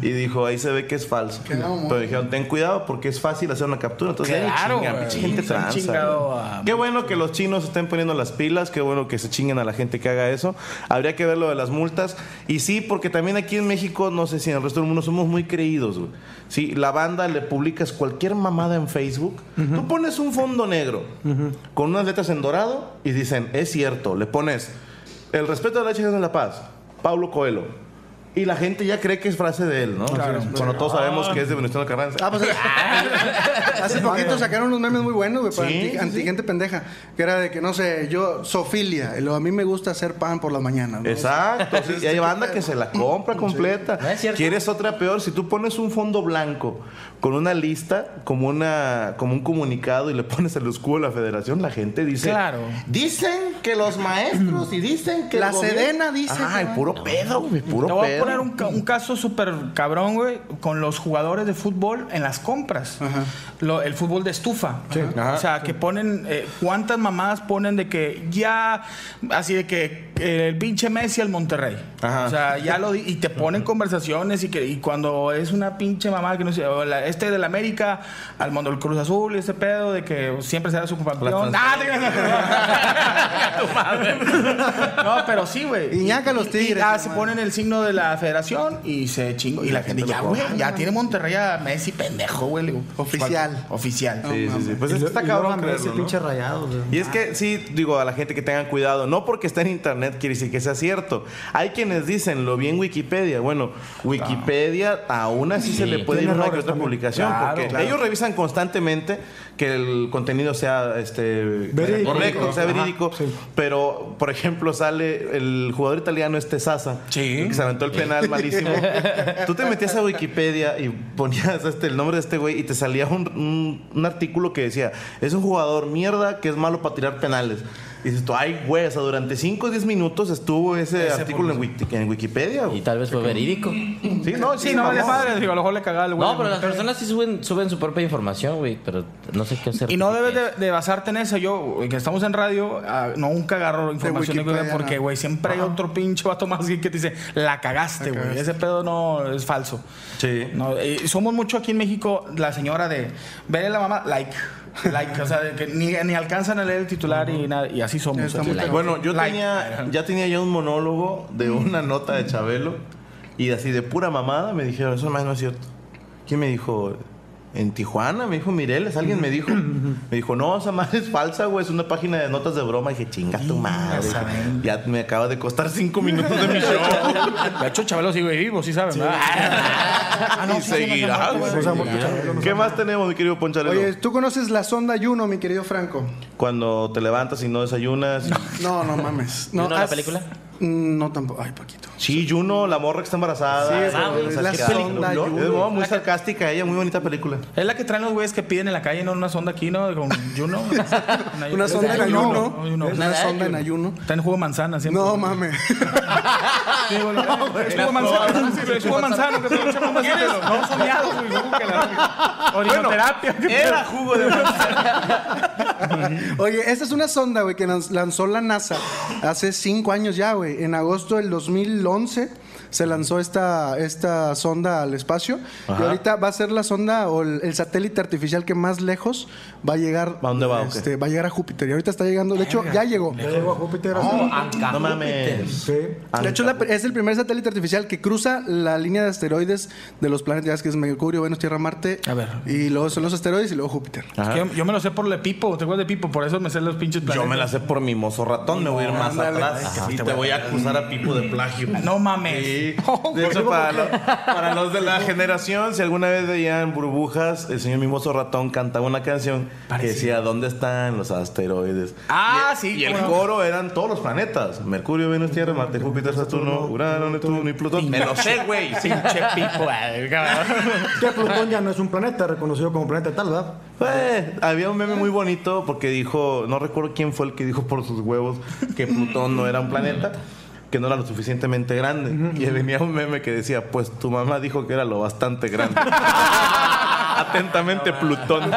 S1: Y dijo, ahí se ve que es falso.
S3: mamón.
S1: Pero dijeron, ten cuidado porque es fácil hacer una captura. Entonces, ya ni
S2: Claro,
S1: chingan,
S2: güey.
S1: pinche gente
S2: Se han
S1: tranza,
S2: chingado
S1: güey.
S2: a-
S1: Qué bueno que los chinos estén poniendo las pilas, qué bueno que se chinguen a la gente que haga eso. Habría que ver lo de las multas. Y sí, porque también aquí en México, no sé si en el resto del mundo, somos muy creídos, güey. Sí, la banda le publicas cualquier mamada en Facebook. Tú pones un fondo negro con unas letras en dorado y dicen, es cierto, le pones el respeto a la chica de la paz, Pablo Coelho. Y la gente ya cree que es frase de él, ¿no? Cuando todos sabemos que es de Venustiano Carranza.
S3: Ah, pues, hace poquito sacaron unos memes muy buenos, güey, para
S1: Sí,
S3: anti,
S1: sí,
S3: anti- gente pendeja. Que era de que, no sé, yo, sofilia, y luego, a mí me gusta hacer pan por las mañanas. ¿no?
S1: Exacto, sí, y hay banda que se la compra completa.
S4: No es cierto.
S1: ¿Quieres otra peor? Si tú pones un fondo blanco con una lista, como una como un comunicado y le pones el escudo de la federación, la gente dice,
S2: Claro.
S1: dicen que los maestros y dicen que el
S3: La
S1: gobierno-".
S3: Sedena dice
S1: Ay,
S3: que-
S1: Ah, puro pedo, güey, puro
S2: Te voy a
S1: pedo.
S2: hablar un, ca- un caso súper cabrón, güey, con los jugadores de fútbol en las compras. Lo- el fútbol de estufa.
S4: Ajá.
S2: O sea, que ponen, eh, cuántas mamadas ponen de que ya, así de que eh, el pinche Messi al Monterrey.
S1: Ajá.
S2: O sea, ya lo, di- y te ponen conversaciones y que y cuando es una pinche mamada que no sé, o la- este del América al Mondo del Cruz Azul y ese pedo de que siempre será su campeón.
S1: La
S2: ¡Ah, te- tu madre! No, pero sí, güey.
S3: Iñaca los
S2: Y- y-
S3: Tigres,
S2: ah,
S3: tu
S2: se
S3: madre.
S2: ponen el signo de la federación y se chingo. Y la gente, ya, güey, ya tiene Monterrey a Messi, pendejo, güey. le digo,
S3: Oficial.
S2: "¿Cuál? Oficial.
S1: Sí, sí, sí. Pues
S5: Y
S1: es que
S5: lo-
S1: está
S5: y luego
S1: cabrón
S5: a Messi,
S1: creerlo, ¿no?
S5: pinche rayado. güey.
S1: Y es que sí, digo a la gente que tengan cuidado, no porque está en internet quiere decir que sea cierto. Hay quienes dicen, lo vi en Wikipedia. Bueno, Wikipedia aún así se
S4: Sí.
S1: le puede ir
S5: Tiene
S1: una que
S5: errores
S1: otra
S5: también.
S1: publicación,
S2: Claro,
S1: porque
S2: claro.
S1: ellos revisan constantemente que el contenido sea este
S5: Verídico.
S1: correcto, sea
S5: Ajá,
S1: verídico.
S5: sí.
S1: Pero, por ejemplo, sale el jugador italiano este Sasa,
S2: Sí.
S1: que se aventó el penal malísimo. Tú te metías a Wikipedia y ponías este, el nombre de este güey y te salía un, un- un artículo que decía, es un jugador mierda que es malo para tirar penales. Y dices tú, ay, güey, o sea, durante 5 o 10 minutos estuvo ese, artículo en, Wiki- en Wikipedia.
S4: Y
S1: güey.
S4: tal vez fue verídico.
S1: Sí, no,
S2: Sí, no, de
S1: mamón.
S2: madre, digo, a lo mejor le cagaba el güey.
S4: No, pero las personas sí suben, suben su propia información, güey. Pero no sé qué hacer.
S2: Y no debes de, de basarte en eso. Yo, que estamos en radio, ah, nunca agarro información de
S3: Wikipedia,
S2: Wikipedia porque,
S3: no.
S2: güey, siempre hay otro pinche vato más que te dice, la cagaste, güey. Ese pedo no es falso.
S1: Sí.
S2: No, eh, somos mucho aquí en México la señora de ver a la mamá, like. Like, o sea, de que ni, ni alcanzan a leer el titular y nada, y así somos.
S3: Está
S2: aquí.
S3: muy
S2: Like.
S1: Bueno, yo
S2: Like.
S1: tenía, ya tenía ya un monólogo de una nota de Chabelo y así de pura mamada me dijeron, eso más no es cierto. ¿Quién me dijo? En Tijuana, me dijo Mireles, alguien me dijo. Me dijo, no, esa madre es falsa, güey, es una página de notas de broma. Y dije, chinga tu madre.
S2: esa ven.
S1: Ya me acaba de costar cinco minutos de mi show.
S2: De hecho, Chabelo sigue vivo, sí saben, ¿verdad? Ah, no,
S1: y
S2: sí, sí, no,
S1: seguirá.
S2: no, no, no,
S5: Nos amor- Chabelo, nos
S1: ¿Qué más tenemos, mi querido Poncharelo?
S3: Oye, ¿tú conoces la sonda Juno, mi querido Franco?
S1: Cuando te levantas y no desayunas.
S3: No, no mames.
S4: ¿Juno, la
S3: haz-
S4: película?
S3: Mm, No tampoco. Ay, Paquito.
S1: Sí, Juno, la morra que está embarazada.
S3: Sí,
S1: Ah,
S3: güey,
S1: o sea,
S3: la
S1: que-
S3: película,
S1: ¿no?
S3: Juno.
S1: Es muy- muy sarcástica ella, muy bonita película.
S2: Es la que traen los güeyes que piden en la calle, ¿no? Una sonda aquí, ¿no? Con Juno.
S3: Una sonda en
S2: Juno,
S3: ayuno.
S2: no, Juno.
S3: Una sonda en ayuno.
S2: Traen jugo de manzana siempre.
S3: No mames.
S2: Digo, no, es jugo de manzana. sí, Es jugo de manzana. Que te echan un pastel, No, soñados, güey. ¿cómo que la- Orinoterapia.
S1: Era jugo de
S3: Oye, esta es una sonda, güey, que lanz- lanzó la NASA hace cinco años ya, güey. En agosto del 2011 se lanzó esta, esta sonda al espacio. Y ahorita va a ser la sonda o el, el satélite artificial que más lejos va a llegar.
S1: ¿A dónde va, o qué?
S3: Este, va a llegar a Júpiter. Y ahorita está llegando. De hecho, ya llegó.
S5: Ya llegó a Júpiter.
S1: No mames. Ah,
S5: Sí.
S3: De hecho, es la- es el primer satélite artificial que cruza la línea de asteroides de los planetas que es Mercurio, Venus, Tierra, Marte.
S2: A ver.
S3: Y luego son los asteroides y luego Júpiter.
S2: Es que yo, yo me lo sé por Le Pipo, ¿te acuerdas de Pipo? Por eso me sé los pinches
S1: Yo
S2: planetas.
S1: me la sé por mi mozo ratón, me voy a ir más atrás y te voy a acusar a Pipo de plagio.
S2: No mames. Oh,
S1: Sí. De hecho, para, lo- para los de la generación, si alguna vez veían burbujas, el señor Mimoso Ratón cantaba una canción que decía ¿Dónde están los asteroides?
S2: Ah,
S1: Y-
S2: sí.
S1: Y el
S2: cómo no.
S1: coro eran todos los planetas: Mercurio, Venus, Tierra, Marte, Júpiter, Saturno, Urano, Neptuno y Plutón. Me lo sé, güey. Sí.
S2: Pinche Pipo. ay, cabrón.
S5: Que Plutón ya no es un planeta reconocido como planeta tal, ¿verdad?
S1: Eh, había un meme muy bonito porque dijo, no recuerdo quién fue el que dijo por sus huevos que Plutón no era un planeta, que no era lo suficientemente grande. Y venía un meme que decía, pues tu mamá dijo que era lo bastante grande. Atentamente, Plutón.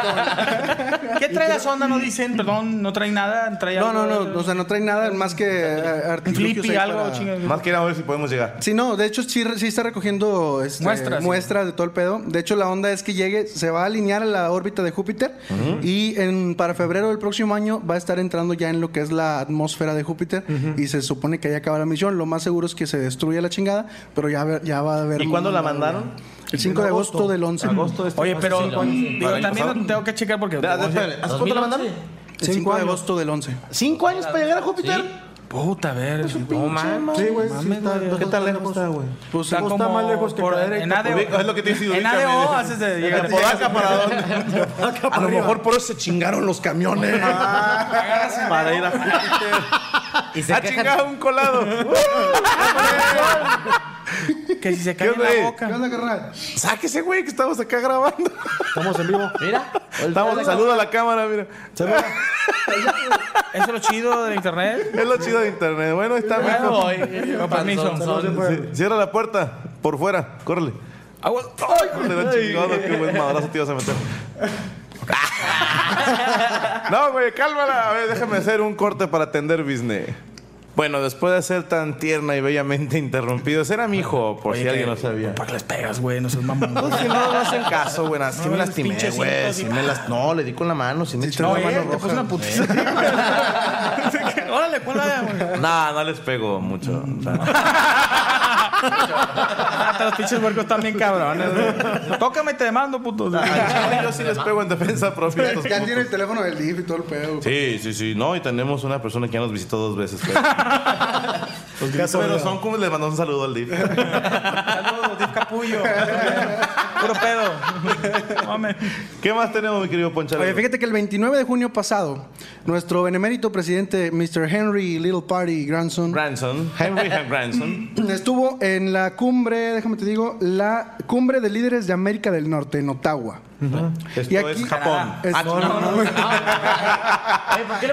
S2: ¿Qué trae la sonda? No dicen, perdón, no trae nada. ¿Trae
S3: No,
S2: algo?
S3: no, no. O sea, no trae nada más que eh,
S2: Un
S3: artilugios
S2: flippy,
S3: ahí
S2: algo,
S3: para-
S2: chinga.
S1: Más que nada, a ver si podemos llegar.
S3: Sí, no, de hecho sí, sí está recogiendo este,
S2: Muestras.
S3: muestras, de todo el pedo. De hecho, la onda es que llegue, se va a alinear a la órbita de Júpiter y en, para febrero del próximo año va a estar entrando ya en lo que es la atmósfera de Júpiter y se supone que ya acaba la misión. Lo más seguro es que se destruya la chingada, pero ya, va- ya va a haber...
S1: ¿Y cuándo la mandaron?
S3: El 5 de agosto, del 11.
S1: Agosto de este
S2: Oye,
S1: año.
S2: pero
S4: Sí, lo-
S2: digo,
S1: Para el
S2: también
S1: pasado.
S2: tengo que checar porque.
S1: Ya, espérame, ¿Hace cuánto la mandaron?
S3: 5,
S5: Cinco
S3: de
S5: años.
S3: agosto del 11.
S1: ¿Cinco años para llegar a Júpiter?
S2: uh, Puta, a ver.
S4: No mames.
S5: Sí, güey. sí, está- está-
S1: ¿Qué tan
S5: está-
S1: lejos está, güey?
S5: Pues
S2: Está
S5: está
S2: como
S5: más lejos que
S2: por-
S5: caer
S2: en
S5: en
S2: ADO.
S1: Ubica- pues, Es lo que te dice.
S2: En ADO haces de llegar.
S1: Podaca para dónde? A lo mejor por eso se chingaron los camiones.
S3: Ah,
S1: para ir a Júpiter.
S4: Y se
S1: ¡Ah,
S4: quejan-
S1: chingado un colado!
S2: Que si se
S1: ¿Qué
S2: cae en
S1: onda, eh?
S2: la boca.
S3: onda, carnal?
S1: ¡Sáquese, güey, que estamos acá grabando!
S5: Estamos en vivo.
S4: Mira.
S1: Estamos, saluda a la cámara, mira.
S2: Eso es lo chido del internet.
S1: Es lo chido de internet. Bueno, ahí está, mijo.
S4: Bueno,
S2: Con permiso.
S4: Panzón, eh, son.
S1: Sí, Cierra la puerta. Por fuera, córrele. Aguas. ¡Ay, córrele, la chingada! ¡Qué buen madrazo te ibas a meter! No, güey, cálmala. A ver, déjame hacer un corte para atender Disney. Bueno, después de ser tan tierna y bellamente interrumpido, era mi hijo, por si alguien no sabía.
S2: ¿Para qué les pegas, güey? No seas mamón.
S1: No, si no, no hacen caso, güey. Si me
S2: los
S1: lastimé,
S2: pinches
S1: güey.
S2: cintos y
S1: Si me
S2: pa.
S1: las... No, le di con la mano. Si me eché
S2: No,
S1: la mano
S2: eh, te
S1: roja.
S2: puse una putiza. Órale, ¿cuál era, güey?
S1: No, no les pego mucho. o sea.
S2: Hasta Ah, los pinches huercos están bien cabrones, güey. Tócame y te demando, puto.
S1: Al chile yo sí les pego en defensa propia. estos
S3: Ya tiene el
S1: putos.
S3: teléfono del DIF y todo el pedo.
S1: Sí, sí, sí. No, y tenemos una persona que ya nos visitó dos veces. Pero, pero son como le mandó un saludo al DIF.
S2: Saludos, Dios Capullo. Puro pedo. Mame.
S1: ¿Qué más tenemos, mi querido Poncharelo?
S3: Oye, fíjate que el 29 de junio pasado, nuestro benemérito presidente, Mr. Henry Little Party Grandson,
S1: Branson, Henry Branson.
S3: estuvo en la cumbre, déjame te digo, la cumbre de líderes de América del Norte en Ottawa.
S1: Esto
S3: Y
S1: es
S3: aquí-
S1: Japón.
S3: Es-
S1: Ah,
S3: no,
S1: no,
S3: no,
S1: no,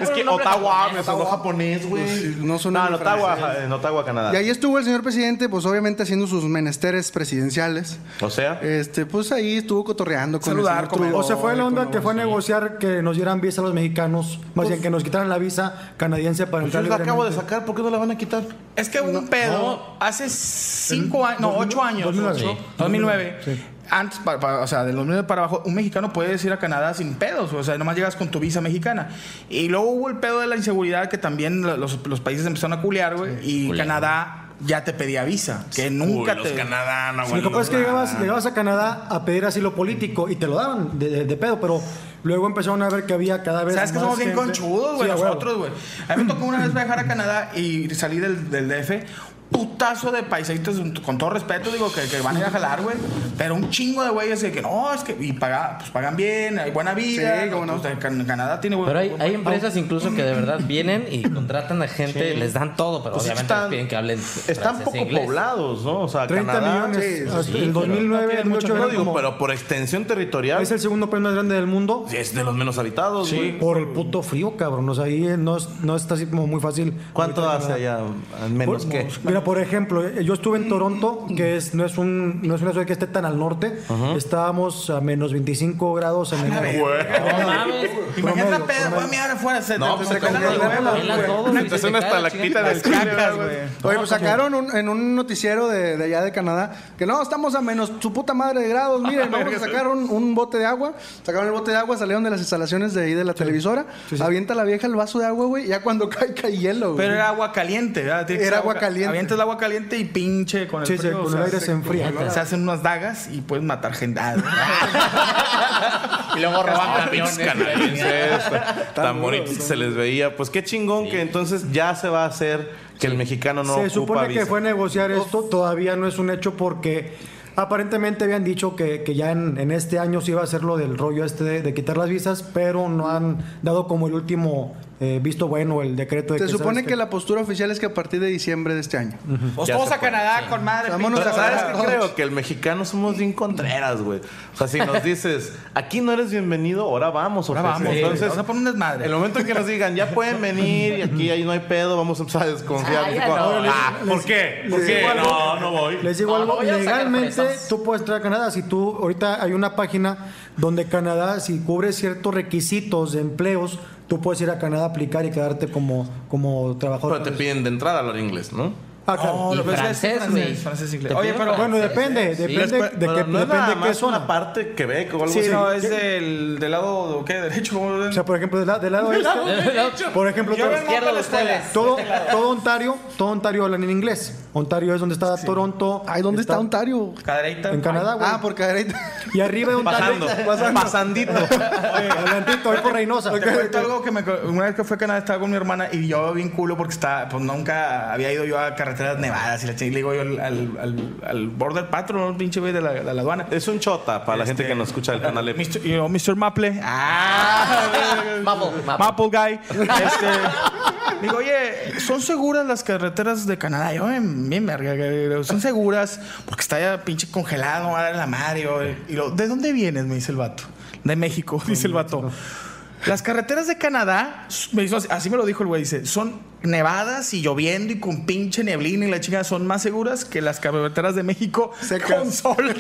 S1: Es que Ottawa me sonó japonés,
S3: Pues, sí,
S1: güey.
S3: no suena
S1: no, en
S3: ni
S1: Ottawa, en Ottawa, Canadá.
S3: Y ahí estuvo el señor presidente, pues obviamente haciendo sus menesteres presidenciales.
S1: O sea,
S3: Este, pues ahí estuvo cotorreando con
S2: Saludar,
S3: el Pues señor
S2: comer.
S3: Trudeau,
S5: O se fue la onda
S3: con-
S5: que fue a negociar que nos dieran visa a los mexicanos, más bien que nos quitaran la visa canadiense para
S1: pues yo
S5: entrar
S1: la acabo de
S5: libremente.
S1: sacar, ¿por qué no la van a quitar?
S2: Es que hubo un pedo hace cinco años, no, ocho años,
S5: 2009,
S2: ocho,
S5: sí.
S2: 2009. Antes, pa- pa- o sea, del 2009 para abajo, un mexicano puede ir a Canadá sin pedos, o sea, nomás llegas con tu visa mexicana. Y luego hubo el pedo de la inseguridad que también lo- los, los países empezaron a culear, güey, y Canadá ya te pedía visa, que nunca
S1: Uy,
S2: te...
S1: Canadá, no,
S5: Lo
S1: güey,
S5: que pasa es que
S3: Ah,
S1: no,
S5: llegabas, llegabas a Canadá a pedir asilo político y te lo daban de, de- de pedo, pero luego empezaron a ver que había cada vez
S2: ¿Sabes que
S5: más
S2: somos bien
S5: gente.
S2: conchudos, güey?
S5: Pues Sí, a huevo.
S2: nosotros, güey. A mí me tocó una vez viajar a Canadá y salí del, del DF. Putazo de paisaditos, con todo respeto, digo, que, que van a ir a jalar, güey. Pero un chingo de güeyes de que no, es que. Y paga, pues pagan bien, hay buena vida.
S3: Sí, cómo no.
S2: O sea, Can- Canadá tiene, güey.
S4: Pero hay, hay empresas incluso que de verdad vienen y contratan a gente, les dan todo, pero
S1: Pues sí,
S4: obviamente
S1: están-
S4: les piden que hablen.
S1: Están
S4: francés e
S1: poco
S4: inglés.
S1: poblados, ¿no? O sea,
S5: 30
S1: Canadá.
S5: millones.
S3: sí,
S5: hasta
S4: sí, pero-
S5: el 2009,
S2: No tiene mucho
S5: 2008
S1: No
S5: era
S1: digo,
S5: como-
S1: pero por extensión territorial
S5: es el segundo país más grande del mundo.
S1: es de los menos habitados, güey.
S5: Por el puto frío, cabrón. O sea, ahí no, es- no está así como muy fácil.
S1: ¿Cuánto
S5: Ahorita
S1: hace
S5: Canadá.
S1: allá? Al menos
S5: Por-
S1: que.
S5: Mira, por ejemplo, eh, yo estuve en Toronto, que es, no, es un, no es una ciudad que esté tan al norte. Estábamos a menos 25 grados en el
S4: No mames.
S2: Imagínate la
S5: Promedio,
S2: peda, voy a
S5: promedio.
S2: mirar afuera. Se,
S1: No, pues, se congela,
S4: Vela todo, güey,
S1: Es una
S4: se te cae la
S1: estalactita
S4: chingada.
S1: del caca,
S2: güey.
S1: güey.
S3: Oye, pues sacaron un- en un noticiero de, de allá de Canadá que no, estamos a menos su puta madre de grados. Miren, vamos a sacar un, un bote de agua. Sacaron el bote de agua, salieron de las instalaciones de ahí de la televisora. Avienta la vieja el vaso de agua, güey. Ya cuando cae, cae hielo, güey.
S2: Pero era agua caliente, ¿verdad? Tiene que
S3: Era
S2: ser
S3: agua caliente.
S2: Avientas el agua caliente y pinche con el
S5: Sí, sí,
S2: frío,
S5: con
S2: o
S5: el
S2: sea,
S5: aire se enfría.
S2: Se hacen unas dagas y puedes matar gente. Ah,
S4: Y luego roban
S1: Pinches
S4: camiones.
S1: canadienses, tan bonitos que se les veía. Pues qué chingón que entonces ya se va a hacer que el mexicano no
S5: Se
S1: ocupa
S5: supone que
S1: visa.
S5: fue a negociar esto, todavía no es un hecho porque aparentemente habían dicho que, que ya en, en este año se iba a hacer lo del rollo este de, de quitar las visas, pero no han dado como el último eh, visto bueno el decreto de
S3: Se supone
S5: ¿sabes
S3: que
S5: qué?
S3: la postura oficial es que a partir de diciembre de este año.
S2: Pues
S1: Ya
S2: todos
S1: se
S2: a
S1: fue,
S2: Canadá con madre.
S3: Vámonos
S2: pinche,
S3: a
S2: ¿sabes
S3: Canadá.
S2: qué?
S1: Yo creo que el mexicano somos bien contreras, güey. O sea, si nos dices, aquí no eres bienvenido, ahora vamos.
S2: Ahora
S1: ojete.
S2: vamos,
S1: Entonces,
S2: vamos a poner un desmadre.
S1: el momento en que nos digan, ya pueden venir y aquí ahí no hay pedo, vamos a empezar a desconfiar.
S4: Ah, ya
S1: Digo,
S4: no.
S1: "Ah, ¿Por qué? ¿Por
S5: les
S1: qué?
S5: digo algo.
S1: No, no voy.
S5: Les digo
S4: No, no
S5: algo,
S4: voy a sacar
S5: legalmente
S4: presas.
S5: tú puedes entrar a Canadá. Si tú, ahorita hay una página donde Canadá, si cubre ciertos requisitos de empleos, tú puedes ir a Canadá a aplicar y quedarte como, como trabajador.
S1: Pero te Oh, piden de entrada hablar inglés, ¿no?
S5: Ah, claro.
S2: No, lo
S4: Y
S2: ves, es
S4: francés, güey.
S2: francés, inglés.
S4: Te
S2: Oye,
S4: piden
S2: pero-
S4: francés.
S5: Bueno, depende,
S4: Sí.
S5: depende de,
S1: Pero no
S5: qué,
S1: es
S5: depende
S1: nada
S5: de qué
S1: más
S5: zona.
S1: una parte Quebec o algo
S2: Sí,
S1: así.
S2: no, es del, del lado ¿qué? derecho. ¿cómo lo ven?
S5: O sea, por ejemplo, del la, del lado este, por ejemplo,
S2: Yo
S5: todo-
S2: vengo
S4: izquierdo
S2: de la
S4: de
S2: escuela.
S4: ustedes.
S5: todo, todo Ontario, todo Ontario hablan en inglés. Ontario es donde está Toronto.
S3: Ay, ¿dónde está, Ontario?
S2: Cadereita.
S5: En Canadá, güey.
S3: Ah, por caderita.
S5: Y arriba de Ontario,
S1: Pasando, pasandito.
S5: adelantito, ahí por Reynosa.
S2: Te cuento algo que me, una vez que fue a Canadá estaba con mi hermana y yo bien culo porque estaba, pues nunca había ido yo a carreteras nevadas y la chingada. Y le digo yo al, al, al, al border patrol, ¿no? pinche güey de la, de la aduana.
S1: Es un chota para la gente que nos escucha del canal. de-
S2: Mr. y yo, Mr. Maple. Ah,
S4: Maple, Maple.
S2: Guy. Este, digo, oye, ¿son seguras las carreteras de Canadá? Yo, em, bien, verga, que- que- son seguras porque está ya pinche eh". congelado, no va a dar la madre. yo, y lo, ¿de dónde vienes? Me dice el vato. De México, dice el vato. Las carreteras de Canadá, s- me hizo así, así me lo dijo el güey, dice, son nevadas y lloviendo y con pinche neblina y la chingada son más seguras que las carreteras de México
S3: Secas.
S2: con sol.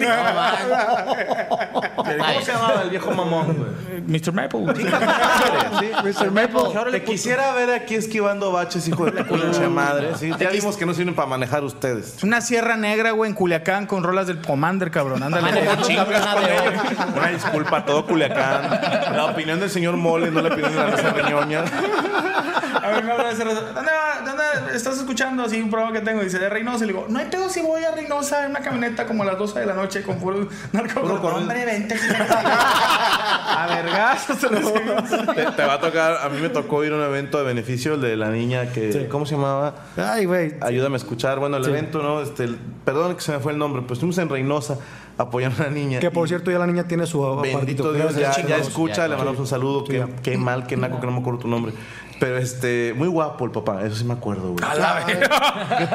S1: ¿Cómo se llamaba el viejo mamón, güey?
S2: Mr. Maple.
S3: Sí, Mr. Maple.
S1: Te quisiera ver aquí esquivando baches, hijo de la pinche madre. Sí, ya vimos que no sirven para manejar ustedes.
S2: Es una sierra negra, güey, en Culiacán con rolas del Pomander, cabrón. Ándale.
S4: Manejando campeona de oro.
S1: Una disculpa a todo Culiacán. La opinión del señor Mole, no la opinión de la raza reñoña.
S2: A mí me habla de ese rato, ¿Dónde, va- dónde estás escuchando así un programa que tengo? Dice, de Reynosa. Y le digo, no hay pedo si voy a Reynosa en una camioneta como a las 12 de la noche con puro narco.
S1: Puro corrido.
S2: Hombre, vente. a vergazos se los digo.
S1: Te, te va a tocar, a mí me tocó ir a un evento de beneficio, el de la niña que, ¿cómo se llamaba?
S5: Ay, güey.
S1: Ayúdame a escuchar. Bueno, el evento, ¿no? Este, el- perdón que se me fue el nombre, pues estuvimos en Reynosa apoyando a una niña.
S5: Que por
S1: Y
S5: cierto ya la niña tiene su apartito.
S1: Bendito Dios, ya, ya escucha,
S4: ya,
S1: le mandamos un saludo. Qué, qué mal, qué naco, que no me acuerdo tu nombre. Pero este, muy guapo el papá, eso sí me acuerdo, güey.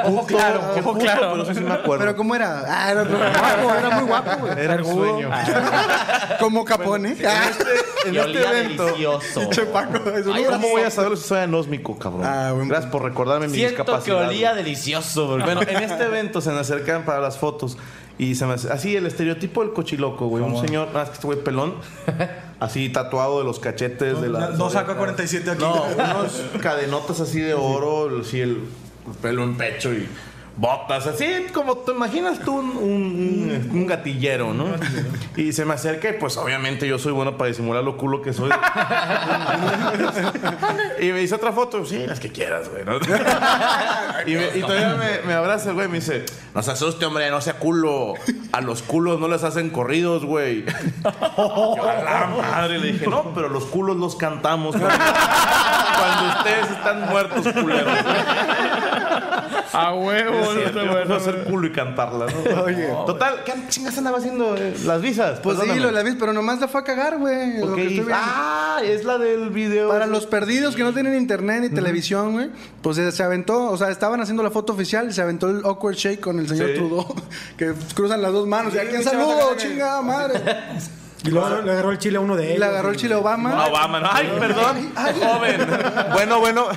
S1: Ojo claro, ojo claro. Pero eso sí me acuerdo.
S3: Pero ¿cómo era? Ah, era guapo, era muy guapo, güey.
S1: Era un sueño.
S3: Como Capone. Ah.
S1: En este, en
S4: Y
S1: este
S4: olía
S1: evento.
S4: delicioso.
S3: Che, Paco, es un-
S4: Ay,
S1: ¿Cómo voy a saberlo si soy anósmico, cabrón?
S3: Ah, buen
S1: Gracias por recordarme mi
S4: Siento que
S1: discapacidad.
S4: olía delicioso, güey.
S1: Bueno, en este evento se me acercan para las fotos y se me hace- así el estereotipo del cochiloco, güey. Un señor, ah, es que este güey pelón, así tatuado de los cachetes de la.
S2: Dos AK-47 aquí.
S1: No, unos cadenotas así de oro, así el pelo en pecho y botas, así como te imaginas tú un, un- un- un gatillero, ¿no? Y se me acerca y pues obviamente yo soy bueno para disimular lo culo que soy. y me dice otra foto, sí, las que quieras, güey. ¿no? y, me- y todavía me, me abraza el güey y me dice, no se asuste, hombre, no sea culo. A los culos no les hacen corridos, güey. Yo, a la madre le dije, no, pero los culos los cantamos cuando, cuando ustedes están muertos, culeros.
S2: A huevo.
S1: Sí, yo puedo hacer culo y cantarla, ¿no?
S3: Oye.
S1: Total, ¿qué chingas andaba haciendo eh, las visas?
S3: Pues sí,
S1: Perdóname.
S3: lo de la vi, pero nomás la fue a cagar, güey.
S1: ¿Por
S3: lo
S1: qué
S3: que estoy
S1: hizo?
S3: viendo.
S1: Ah, es la del video.
S3: Para los perdidos que no tienen internet ni televisión, güey, pues eh, se aventó, o sea, estaban haciendo la foto oficial y se aventó el awkward shake con el señor
S1: Sí.
S3: Trudeau, que cruzan las dos manos. ¿Y a quién saludo? Chingada madre.
S5: Y luego le agarró el chile a uno de
S3: Y
S5: ellos.
S3: le agarró el chile
S1: Ah,
S3: Obama.
S1: Obama, ¿no? Ay, perdón, joven. Bueno, bueno.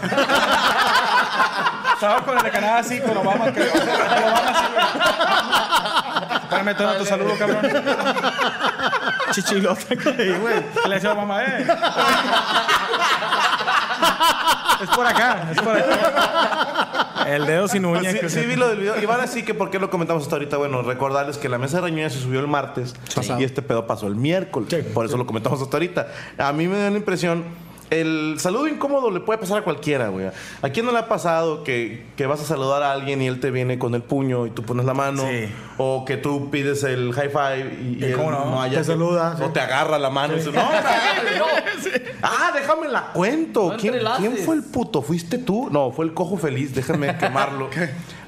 S2: Estaba con el de Canadá así, con Obama. Que, con Obama así, güey. Espérame, toma tu saludo, cabrón. Chichilota. güey, güey. Le decía a Obama, eh. Es por acá, es por acá. El dedo sin uña.
S1: Ah, Sí,
S2: que
S1: sí
S2: se-
S1: vi lo del video. Y van así que por qué lo comentamos hasta ahorita. Bueno, recordarles que la mesa de reunión se subió el martes y este pedo pasó el miércoles. Por eso lo comentamos hasta ahorita. A mí me da la impresión. El saludo incómodo le puede pasar a cualquiera, güey. ¿A quién no le ha pasado que, que vas a saludar a alguien y él te viene con el puño y tú pones la mano?
S2: Sí.
S1: O que tú pides el high five y, y él
S2: cómo no?
S1: haya-
S5: Te saluda,
S1: O
S5: sí.
S1: te agarra la mano y dices, no, no, Ah, déjame la cuento.
S4: No
S1: ¿Quién,
S4: entrelaces.
S1: quién fue el puto? ¿Fuiste tú? No, fue el cojo feliz. Déjame quemarlo.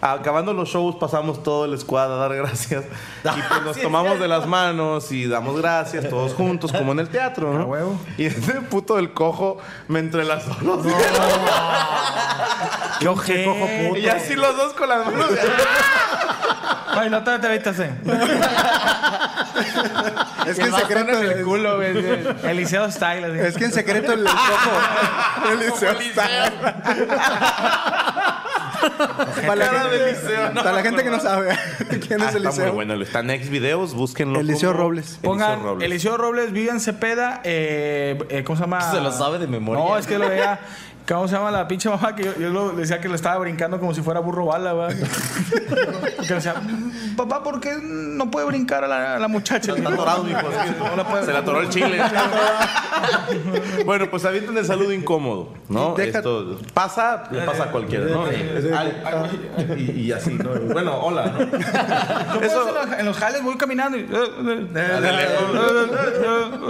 S1: Acabando los shows, pasamos todo el squad a dar gracias.
S4: Ah,
S1: Y pues nos tomamos de las manos y damos gracias todos juntos, como en el teatro, ¿no? Y ese puto del cojo me entrelazó los dos.
S2: Yo qué cojo
S1: Y así los dos con las manos.
S2: Ay, no te eh. te viste así.
S3: Es
S2: Y
S3: que
S2: el
S3: en
S2: bastón
S3: secreto.
S2: en el
S3: Es,
S2: culo, güey. así. Eliseo Style. así.
S3: es que en secreto el el cojo. El liceo está. Para la
S1: Cara de
S3: gente,
S1: liceo, no
S3: para la
S1: me
S3: gente que no sabe quién
S1: Ah,
S3: es el
S1: está muy
S3: liceo.
S1: bueno. Está en Next Videos, búsquenlo.
S3: Eliseo
S1: como
S3: Robles.
S2: Pongan
S1: Eliseo Robles.
S2: Eliseo Robles, Vivian Cepeda, eh, eh, ¿cómo se llama?
S4: Se lo sabe de memoria.
S2: No, es que lo veía. ¿Cómo se llama la pinche mamá? Que yo, yo lo- le decía que le estaba brincando como si fuera burro bala, ¿verdad? que le decía, papá, ¿por qué no puede brincar a la, a la muchacha?
S1: Está atorado, hijo. es que Se le atoró el chile. bueno, pues avienten el saludo incómodo, ¿no?
S3: Deja-
S1: Esto pasa, le pasa a cualquiera, ¿no? Ay, ay, y, y así, ¿no? Bueno, hola. ¿no?
S2: Eso...
S1: Eso.
S2: en los jales voy caminando y...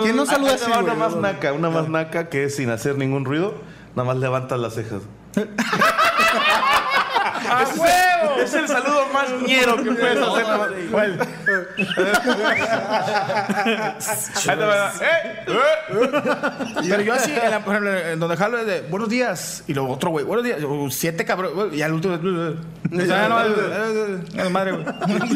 S3: ¿Quién no saluda
S1: Ahí te
S3: así,
S1: va
S3: güey?
S1: Una más naca, una más naca que es sin hacer ningún ruido, nada más levantas las cejas.
S2: ¡A huevo!
S1: Es el saludo más ñero que puedes hacer. nomás. Bueno. Ahí te va, ¡eh! ¡eh!
S2: Pero yo así, en la- por ejemplo, en donde jalo es de buenos días. Y luego otro güey, buenos días. o siete cabrón. Y al último. O sea, no, eh, eh, eh, madre, güey.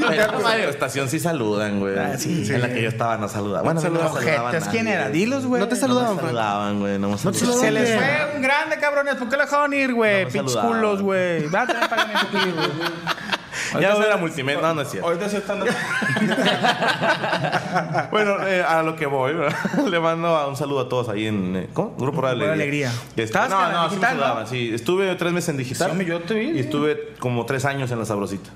S4: Pero en la estación sí saludan, güey. En la que yo estaba no saludaban. Bueno, no saludaban.
S2: Ojetes,
S4: nadie,
S2: ¿quién era?
S4: güey.
S2: Dilos, güey.
S3: No te
S4: No me
S3: saludaban, Frank.
S4: saludaban, güey. No me
S3: te
S4: saludaban.
S2: Se
S3: saludaban.
S2: les fue un grande, cabrones. ¿Por qué lo dejaron ir, güey?
S4: No me
S2: Pinches
S4: saludaban.
S2: culos, güey. Date, págame tu clip, güey.
S4: Ya no era multimedia. No, no es cierto.
S1: Ahorita se están. bueno, eh, a lo que voy, ¿verdad? le mando a- un saludo a todos ahí en. eh, ¿Cómo? Grupo Rural
S2: Grupo de
S1: Alegría.
S2: Alegría.
S1: Que
S2: Estabas
S1: No,
S2: en
S1: no, sí me
S2: digital, ¿no?
S1: saludaban, sí. Estuve tres meses en digital.
S2: Sí, yo te vi.
S1: Y estuve como tres años en la Sabrosita.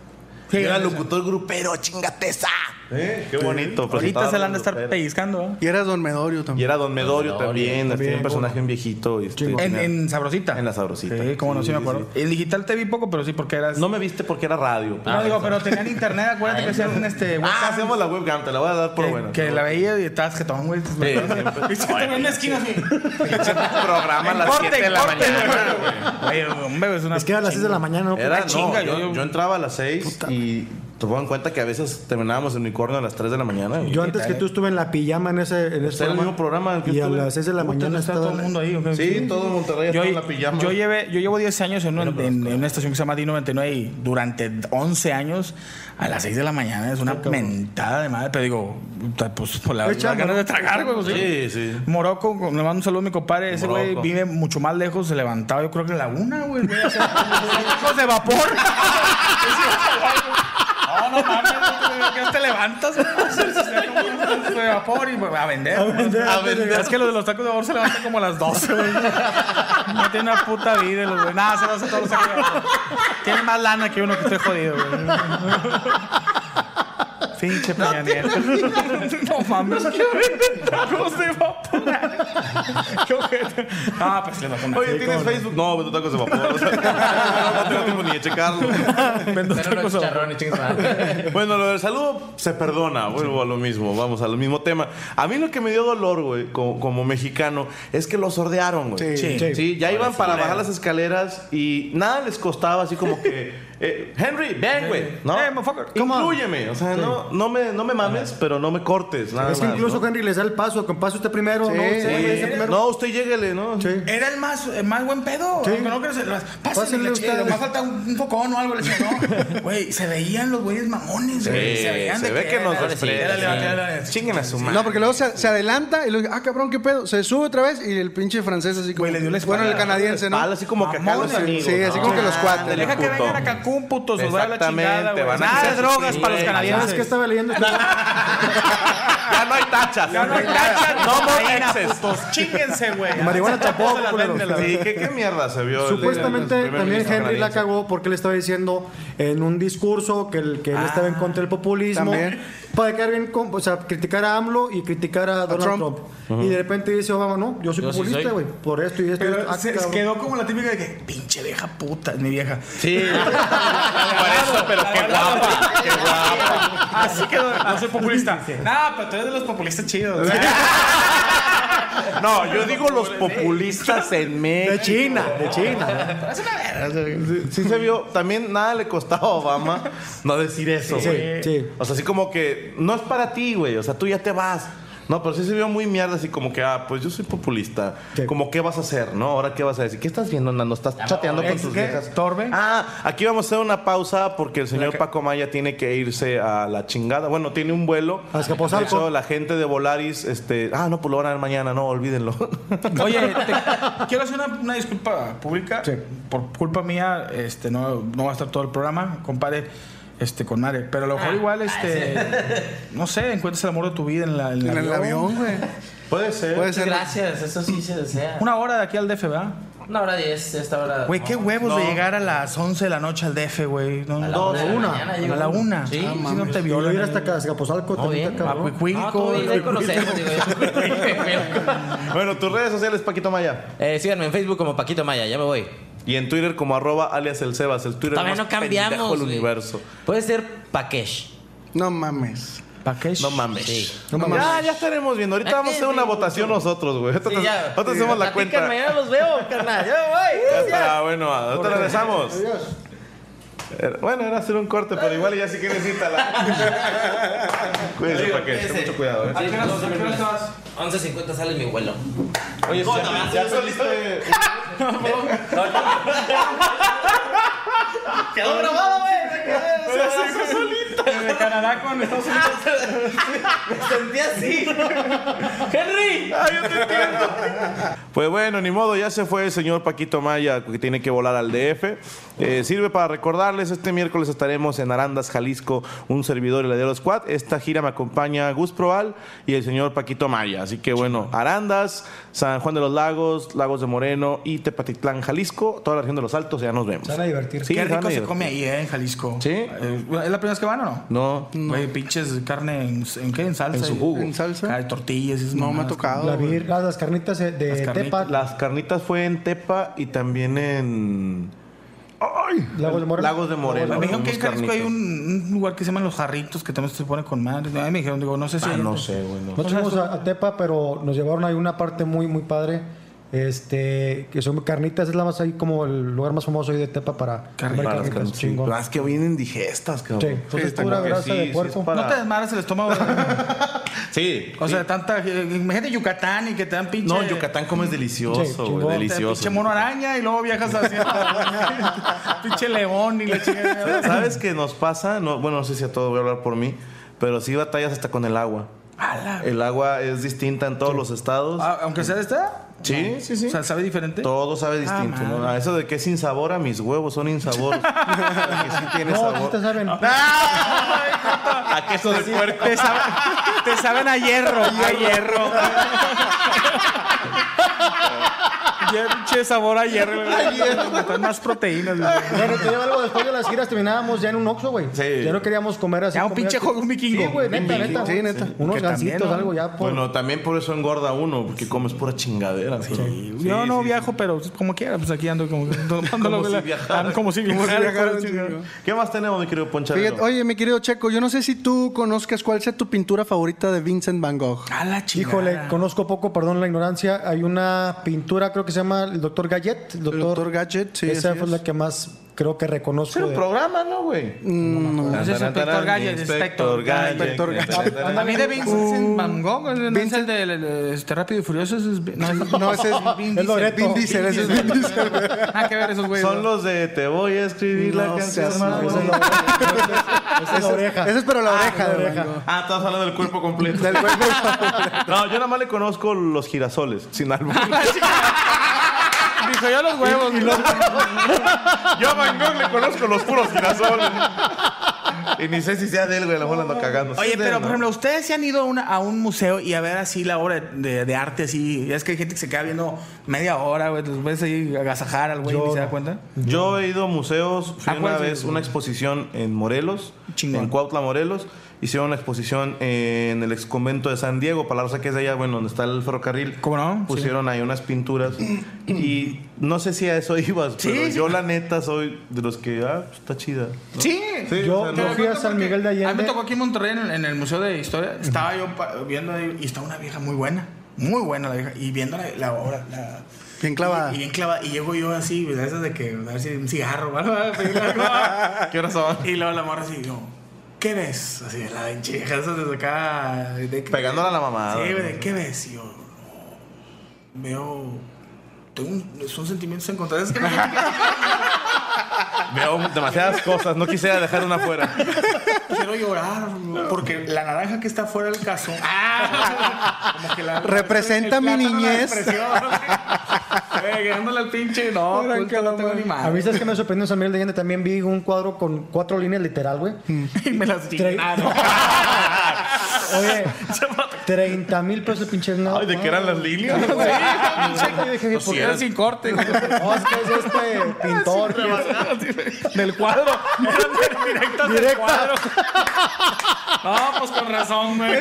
S2: Sí,
S4: Yo era
S2: gracias.
S4: locutor grupero, chingate esa.
S1: Qué bonito.
S2: Ahorita
S1: presentaba
S2: se la han de estar
S1: grupero.
S2: pellizcando,
S3: Y eras Don
S1: Y
S3: Medorio también.
S1: era Don Medorio también, este, un personaje bien viejito. este,
S2: ¿eh? En,
S1: tenía-
S2: en Sabrosita.
S1: En la Sabrosita.
S2: Sí, como no, sí, me acuerdo. En digital te vi poco, pero sí, porque eras.
S1: No me Ah, viste porque era radio.
S2: No, digo, pero tenían internet, acuérdate que hacían un este.
S1: Ah,
S2: webcam
S1: hacemos la webcam, te la voy a dar por
S2: que,
S1: buena.
S2: Eh, que la veía y estabas jetón, güey.
S4: Sí,
S2: Me acuerdo.
S4: siempre.
S2: Y se te ve en la esquina así.
S4: Programa a
S2: En
S4: las
S2: corte,
S4: 7 de
S2: en
S4: la
S2: corte,
S4: mañana,
S2: güey.
S4: güey.
S2: Güey, hombre, es una.
S5: Es que era a las 6 de la mañana, ¿no?
S1: Era,
S2: Una chinga,
S1: no, yo,
S2: yo-
S1: yo entraba a las 6 y tomaba en cuenta que a veces terminábamos en unicornio a las 3 de la mañana. güey. Pues
S5: Yo antes que tú estuve en la pijama en ese, en ese
S1: Era el mismo programa que
S5: y a
S1: estuve.
S5: las 6 de la
S2: Puta,
S5: mañana
S2: no está
S5: estaba
S2: todo el mundo ahí, ok.
S1: sí, todo Monterrey
S2: Yo,
S1: estaba en la pijama.
S2: yo llevé, yo llevo 10 años en, una- en- en una estación que se llama D99 y durante 11 años a las 6 de la mañana es una mentada de madre. Pero digo, puta, pues por la,
S5: Echa,
S2: las ganas
S5: ¿no?
S2: de tragar, güey. pues,
S1: Sí, sí.
S2: Morocco, le mando un saludo a mi compadre. Ese güey
S1: Morocco.
S2: vive mucho más lejos, se levantaba yo creo que a la una, güey. güey, o sea, ¡Hijos de vapor! No, no mames, güey, ¿qué te levantas? güey? De vapor y güey, a vender. güey. A vender. Es que los de los tacos de vapor se levantan como a las 12, güey. No tiene una puta vida, los güey. Nada, se lo hace todos los tacos de vapor. Tiene más lana que uno que estoy jodido, güey. Pinche Peña Nieto. No mames. Tacos de vapor. Qué ojete. Ah, pues le tocó una.
S1: Oye, ¿tienes Facebook? No, pero tacos de vapor. o sea, no tengo tiempo ni de checarlo.
S2: Vendo
S4: Pero no
S2: tacos de vapor.
S4: chicharrones, chingas madre.
S1: Bueno, lo del saludo se perdona, vuelvo a lo mismo, vamos al mismo tema. A mí lo que me dio dolor, güey, como, como mexicano, es que los sordearon, güey.
S5: Sí,
S1: sí.
S5: sí.
S1: ya iban para
S4: culero.
S1: bajar las escaleras y nada les costaba, así como que, eh, Henry, ven, güey, ¿no?
S2: Eh, motherfucker, come on.
S1: Inclúyeme, o sea, no, no, me, no me mames, pero no me cortes, nada
S5: Es que
S1: más,
S5: incluso
S1: ¿no?
S5: Henry les da el paso, con paso usted primero, ¿no?
S3: Sí,
S5: Usted
S1: Sí.
S5: es el primero.
S1: No, usted lléguele, ¿no?
S5: Sí.
S2: Era el más, el más buen pedo.
S5: Sí.
S2: aunque No creas, el- pásenle,
S5: Pásenle
S2: che,
S5: ustedes.
S2: nomás falta un, un focón o algo. le decía, no. Güey, se veían los güeyes mamones, güey.
S1: Sí,
S2: se veían
S1: se
S2: de
S1: ve que nos
S2: era-
S1: desprecian.
S2: era- era- era- era-
S4: Chinguen a su madre.
S3: No, porque luego se, se adelanta y luego, ah, cabrón, qué pedo. Se sube otra vez y el pinche francés así como.
S2: Güey, le dio la espalda.
S3: bueno, el canadiense, ¿no?
S1: Pala, así como que acá los
S2: Mamones,
S1: amigos,
S3: sí, así como que los cuates,
S1: Ándale,
S2: Deja que
S1: puto.
S2: vengan a Cancún, putos. Nos va a la chingada,
S1: Exactamente,
S2: güey.
S1: van a
S2: Nada de
S1: hacer
S2: drogas
S1: sufrir,
S2: para los
S1: güey.
S5: ¿Sabes
S2: canadienses.
S5: qué estaba leyendo?
S1: Ya no hay tachas.
S2: Ya no hay tachas,
S1: No more
S2: cocaína,
S1: exes.
S2: putos. Chínguense, güey.
S5: Marihuana tampoco, culero.
S1: Sí, ¿qué, qué mierda se vio? el- el- el
S5: Supuestamente
S1: primer
S5: también
S1: ministro
S5: Henry la
S1: canadiense?
S5: cagó porque le estaba diciendo en un discurso que, el, que él estaba en contra del populismo.
S3: También.
S5: Para quedar bien, con, o sea, criticar a AMLO y criticar a Donald
S3: Trump.
S5: Trump. Y de repente dice Obama, no, yo soy
S4: Yo sí
S5: populista,
S4: soy.
S5: güey, por esto y esto. y esto.
S2: Pero
S5: Ah,
S2: se
S5: cabrón.
S2: quedó como la típica de que, pinche vieja puta, mi vieja.
S4: Sí. Por eso, pero qué guapa. Qué guapa.
S2: Así quedó. No soy populista. Nah, pero tú eres de los populistas chidos.
S1: No, yo digo los populistas en México.
S5: De China, de China.
S1: Sí se vio, también nada le costaba a Obama no decir eso,
S5: Sí,
S1: güey.
S5: sí.
S1: O sea, así como que no es para ti, güey. O sea, tú ya te vas. No, pero sí se vio muy mierda, así como que, ah, pues yo soy populista.
S5: Sí.
S1: Como, ¿qué vas a hacer, no? Ahora, ¿qué vas a decir? ¿Qué estás viendo, Nando? ¿Estás chateando con
S2: Ah, ¿Es
S1: tus
S2: qué?
S1: viejas?
S2: ¿Torbe?
S1: Ah, aquí vamos a hacer una pausa porque el señor Paco Maya tiene que irse a la chingada. Bueno, tiene un vuelo.
S5: A Azcapotzalco.
S1: De hecho, la gente de Volaris, este... Ah, no, pues lo van a ver mañana. No, olvídenlo.
S2: Oye, te- quiero hacer una, una disculpa pública. Por culpa mía, este, no, no va a estar todo el programa, compadre. Este, con madre. Pero a lo mejor igual, este. No sé, encuentras el amor de tu vida en, la, en
S3: En el avión, güey.
S1: Puede ser.
S3: Puede ser.
S4: Gracias, eso sí se desea.
S2: Una hora de aquí al DF, ¿verdad?
S4: Una hora diez, esta hora.
S2: Güey, qué huevos de llegar a las 11 de la noche al DF, güey. No,
S4: A
S2: no,
S4: la una de la
S2: una.
S4: mañana
S2: A
S4: llega
S2: la
S4: uno.
S2: una.
S4: Sí,
S2: Ah,
S4: sí,
S2: si no te
S5: Y luego ir
S2: violan.
S5: hasta pues, Azcapotzalco,
S4: Muy
S5: también
S4: bien. Ah, pues,
S5: está
S4: No,
S5: cabrón.
S4: tú
S2: Acuicuilco.
S4: ahí la conocemos, digo yo.
S1: Bueno, tus redes sociales, Paquito Maya.
S4: Eh, síganme en Facebook como Paquito Maya, ya me voy.
S1: Y en Twitter como arroba alias el Sebas, el Twitter
S4: Todavía
S1: más
S4: no cambiamos.
S1: pendejo del
S4: güey.
S1: universo.
S4: Puede ser Pakesh.
S3: No mames.
S2: Paquesh.
S1: No mames.
S4: Sí.
S5: No mames.
S1: Ya, ya estaremos viendo. Ahorita
S4: Ah,
S1: vamos a hacer
S4: sí,
S1: una
S4: sí.
S1: votación nosotros, güey. Ahorita
S4: Sí,
S1: te-
S4: ya.
S1: ahorita
S4: Sí,
S1: hacemos la
S4: platican,
S1: cuenta.
S4: mañana los veo, carnal. Ya me voy.
S1: Ya
S4: Gracias.
S1: está, bueno, ahorita regresamos.
S5: Adiós.
S1: Era- Bueno, era hacer un corte, pero igual ya si quieres cítala. Cuídense, para que
S4: Ese.
S1: mucho cuidado. ¿eh?
S4: Sí, no se me olvide. 11.50 sale mi vuelo.
S1: Oye,
S4: ¿Cómo
S1: ya-
S4: te vas?
S1: ya soliste.
S4: Quedó grabado, güey.
S2: Desde Canadá con Estados Unidos.
S4: Ah, Me sentí así. Henry.
S1: Pues bueno, ni modo, ya se fue el señor Paquito Maya, que tiene que volar al DF. Eh, sirve para recordarles, este miércoles estaremos en Arandas, Jalisco, un servidor y la de los Squad. Esta gira me acompaña Gus Proal y el señor Paquito Maya. Así que bueno, Arandas, San Juan de los Lagos, Lagos de Moreno y Tepatitlán, Jalisco, toda la región de los Altos, ya nos vemos.
S5: Se van a divertir.
S1: Sí,
S2: Qué
S1: se van
S2: rico
S1: a
S2: se
S1: divertir.
S2: come ahí, eh, en Jalisco.
S1: ¿Sí?
S2: Eh, ¿Es la primera vez que van o no?
S1: No,
S2: Güey, pinches carne en, en qué? En salsa.
S1: En su
S2: y-
S1: jugo.
S3: ¿En salsa?
S2: Ah, tortillas. esas
S3: No me ha
S2: mamadas.
S3: tocado.
S5: La
S3: güey.
S5: vir- las, las carnitas eh, de
S2: Las carnitas,
S5: Tepa,
S1: las carnitas fue en Tepa y también en
S5: Lagos de Moreno.
S1: Lagos de Moreno.
S2: Me dijeron que en
S1: comimos
S2: Jalisco hay
S1: carnitas.
S2: un, un lugar que se llama Los Jarritos, que también se pone con madre. A mí me dijeron, digo, no sé si...
S1: Ah,
S2: hay-
S1: no sé, güey. no.
S5: Nosotros fuimos a, a Tepa, pero nos llevaron ahí una parte muy, muy padre. Este, que son carnitas, es la más ahí como el lugar más famoso ahí de Tepa para
S2: Carnitas,
S5: comer
S1: Para las carnitas, sí.
S5: chingón.
S1: Pero es que vienen digestas,
S5: Sí,
S1: cabrón.
S5: entonces
S3: está
S5: pura
S3: como que
S5: grasa
S1: sí,
S5: de
S1: sí
S5: puerco.
S1: es para-
S2: No te desmadres el estómago. güey.
S1: Sí.
S2: o sea, tanta... Imagínate Yucatán y que te dan pinche...
S1: No, en Yucatán comes
S5: Sí,
S1: delicioso,
S5: chingón.
S1: güey.
S2: te dan
S1: Delicioso.
S2: Pinche mono araña y luego viajas hacia... pinche león y la chingada.
S1: ¿Sabes qué nos pasa? No, bueno, no sé si a todos voy a hablar por mí, pero sí batallas hasta con el agua. El agua es distinta en todos los estados.
S2: Ah, aunque sea de esta...
S1: Sí, sí, sí.
S2: O sea, ¿sabe diferente?
S1: Todo sabe distinto, ¿no? A eso de que es sin sabor a mis huevos son insaboros. que sí tiene
S5: No, sí
S1: sabor.
S5: te saben.
S1: A queso de puerco.
S2: Te saben, te saben a hierro, a hierro. Ya pinche sabor a hierro. Están más proteínas. güey.
S5: Bueno, te lleva algo después de las giras, terminábamos ya en un Oxxo, güey.
S1: Sí.
S5: Ya no queríamos comer así.
S2: Ya, un
S5: comida
S2: pinche
S5: que-
S2: hot- un vikingo.
S5: Sí, güey, neta,
S2: Vikingo.
S5: neta.
S3: Sí, neta.
S5: Unos
S2: Que también,
S5: gancitos,
S2: ¿no?
S5: algo ya por...
S1: Bueno, también por eso engorda uno, porque comes pura chingadera. pero- Sí,
S2: Yo no
S1: sí, sí.
S2: viajo, pero como quiera, pues aquí ando como tomándolo,
S1: Como
S2: güey,
S1: si viajara.
S2: ah, como si
S3: Como si
S2: viajara,
S3: viajara,
S2: güey,
S3: chingado.
S2: chingado.
S1: ¿Qué más tenemos, mi querido Poncharelo?
S3: Fíjate, oye, mi querido Checo, yo no sé si tú conozcas cuál sea tu pintura favorita de Vincent Van Gogh.
S2: A la chingada.
S5: Híjole, conozco poco, perdón la ignorancia. Hay una pintura, creo que se llama el Doctor Gallet. El Doctor,
S3: El Dr. Gadget, sí,
S5: Esa
S3: así
S5: fue
S3: es.
S5: la que más creo que reconozco.
S1: Era un
S5: de-
S1: programa, ¿no, güey?
S2: No, ese Mm, es el Inspector Gadget, Inspector Gadget.
S1: Inspector
S5: Gadget.
S2: A mí de Vincent Van Gogh, ¿no es el
S3: Vincent-
S2: de el- el- este Rápido y Furioso? ese es- No,
S3: No, ese es Vin
S5: Vin Diesel.
S3: Diesel. Vin Diesel, ese es Vin Diesel.
S2: Ah, que ver esos güeyes.
S1: Son los de Te voy a escribir la
S3: No
S1: canción.
S3: seas
S1: más
S3: mamón.
S5: Esa es la-
S1: bonita.
S5: esa es la oreja.
S3: Ese es para la
S5: Ah,
S3: oreja
S5: la
S3: de
S5: oreja.
S3: Van Gogh.
S1: Ah, estabas hablando del cuerpo completo.
S3: Del cuerpo.
S1: No, yo nada más le conozco los girasoles, sin álbum.
S2: Dijo Ah, yo los huevos.
S1: yo a Van Gogh le conozco los puros girasoles. y ni sé si sea de él, güey, a lo mejor lo ando cagando. Sí
S2: Oye,
S1: es de
S2: pero
S1: él,
S2: por
S1: ¿no?
S2: ejemplo, ustedes se han ido a, una- a un museo y a ver así la obra de, de arte, así. Ya es que hay gente que se queda viendo media hora, güey. Los ves ahí agasajar al güey y
S5: Yo
S2: ni se
S5: no.
S2: da cuenta.
S1: Yo he ido a museos, fui
S2: ¿A cuál
S1: una
S2: fue?
S1: vez una exposición en Morelos,
S2: Chingón.
S1: en Cuautla, Morelos. Hicieron una exposición en el ex convento de San Diego, para la que es de allá, bueno, donde está el ferrocarril.
S2: ¿Cómo no?
S1: Pusieron ahí unas pinturas. y no sé si a eso ibas, pero
S2: Sí, sí.
S1: yo la neta soy de los que, ah, pues, está chida. ¿no?
S2: Sí.
S1: Sí,
S5: Yo-
S1: o sea,
S5: yo
S1: no-
S5: fui a San Miguel de Allende.
S2: A mí me tocó aquí en Monterrey, en el, en el Museo de Historia. Estaba yo pa- viendo ahí y estaba una vieja muy buena. Muy buena la vieja. Y viendo la, la obra. la-
S3: Bien clavada.
S2: Y, y bien clavada. Y llego yo así, pues, de esas de que, a ver si un cigarro, ¿verdad? Pedirle algo.
S1: ¿Qué horas son?
S2: Y luego la morra así, no. ¿Qué ves? Así, la pinche vieja esa desde acá. de-
S1: Pegándola a la mamada.
S2: Sí, güey,
S1: ¿no?
S2: ¿de ¿qué ves? Y yo, no, veo. Tengo un- son sentimientos encontrados. Es que no sé
S1: Veo demasiadas cosas, no quisiera dejar una fuera.
S2: qué- quiero llorar, güey, porque la naranja que está fuera del caso. ¡Ah! Como que la-
S3: Representa
S2: el
S3: mi
S2: plátano la
S3: niñez.
S2: depresión. Güey, Llegándole al pinche, no, culto, no tengo ni
S5: A mí,
S2: madre.
S5: ¿sabes que me sorprendió en San Miguel de Allende? También vi un cuadro con cuatro líneas literal, güey.
S2: Y me las
S5: Trae-
S2: tiraron.
S5: Oye, 30 mil pesos pinche. no,
S1: Ay, ¿de qué eran las líneas?
S5: no, güey. Yo dije, ¿por qué?
S2: sin corte. güey.
S5: No, es que es este pintor.
S2: Del cuadro. Directo. Del cuadro. No, pues con razón, güey.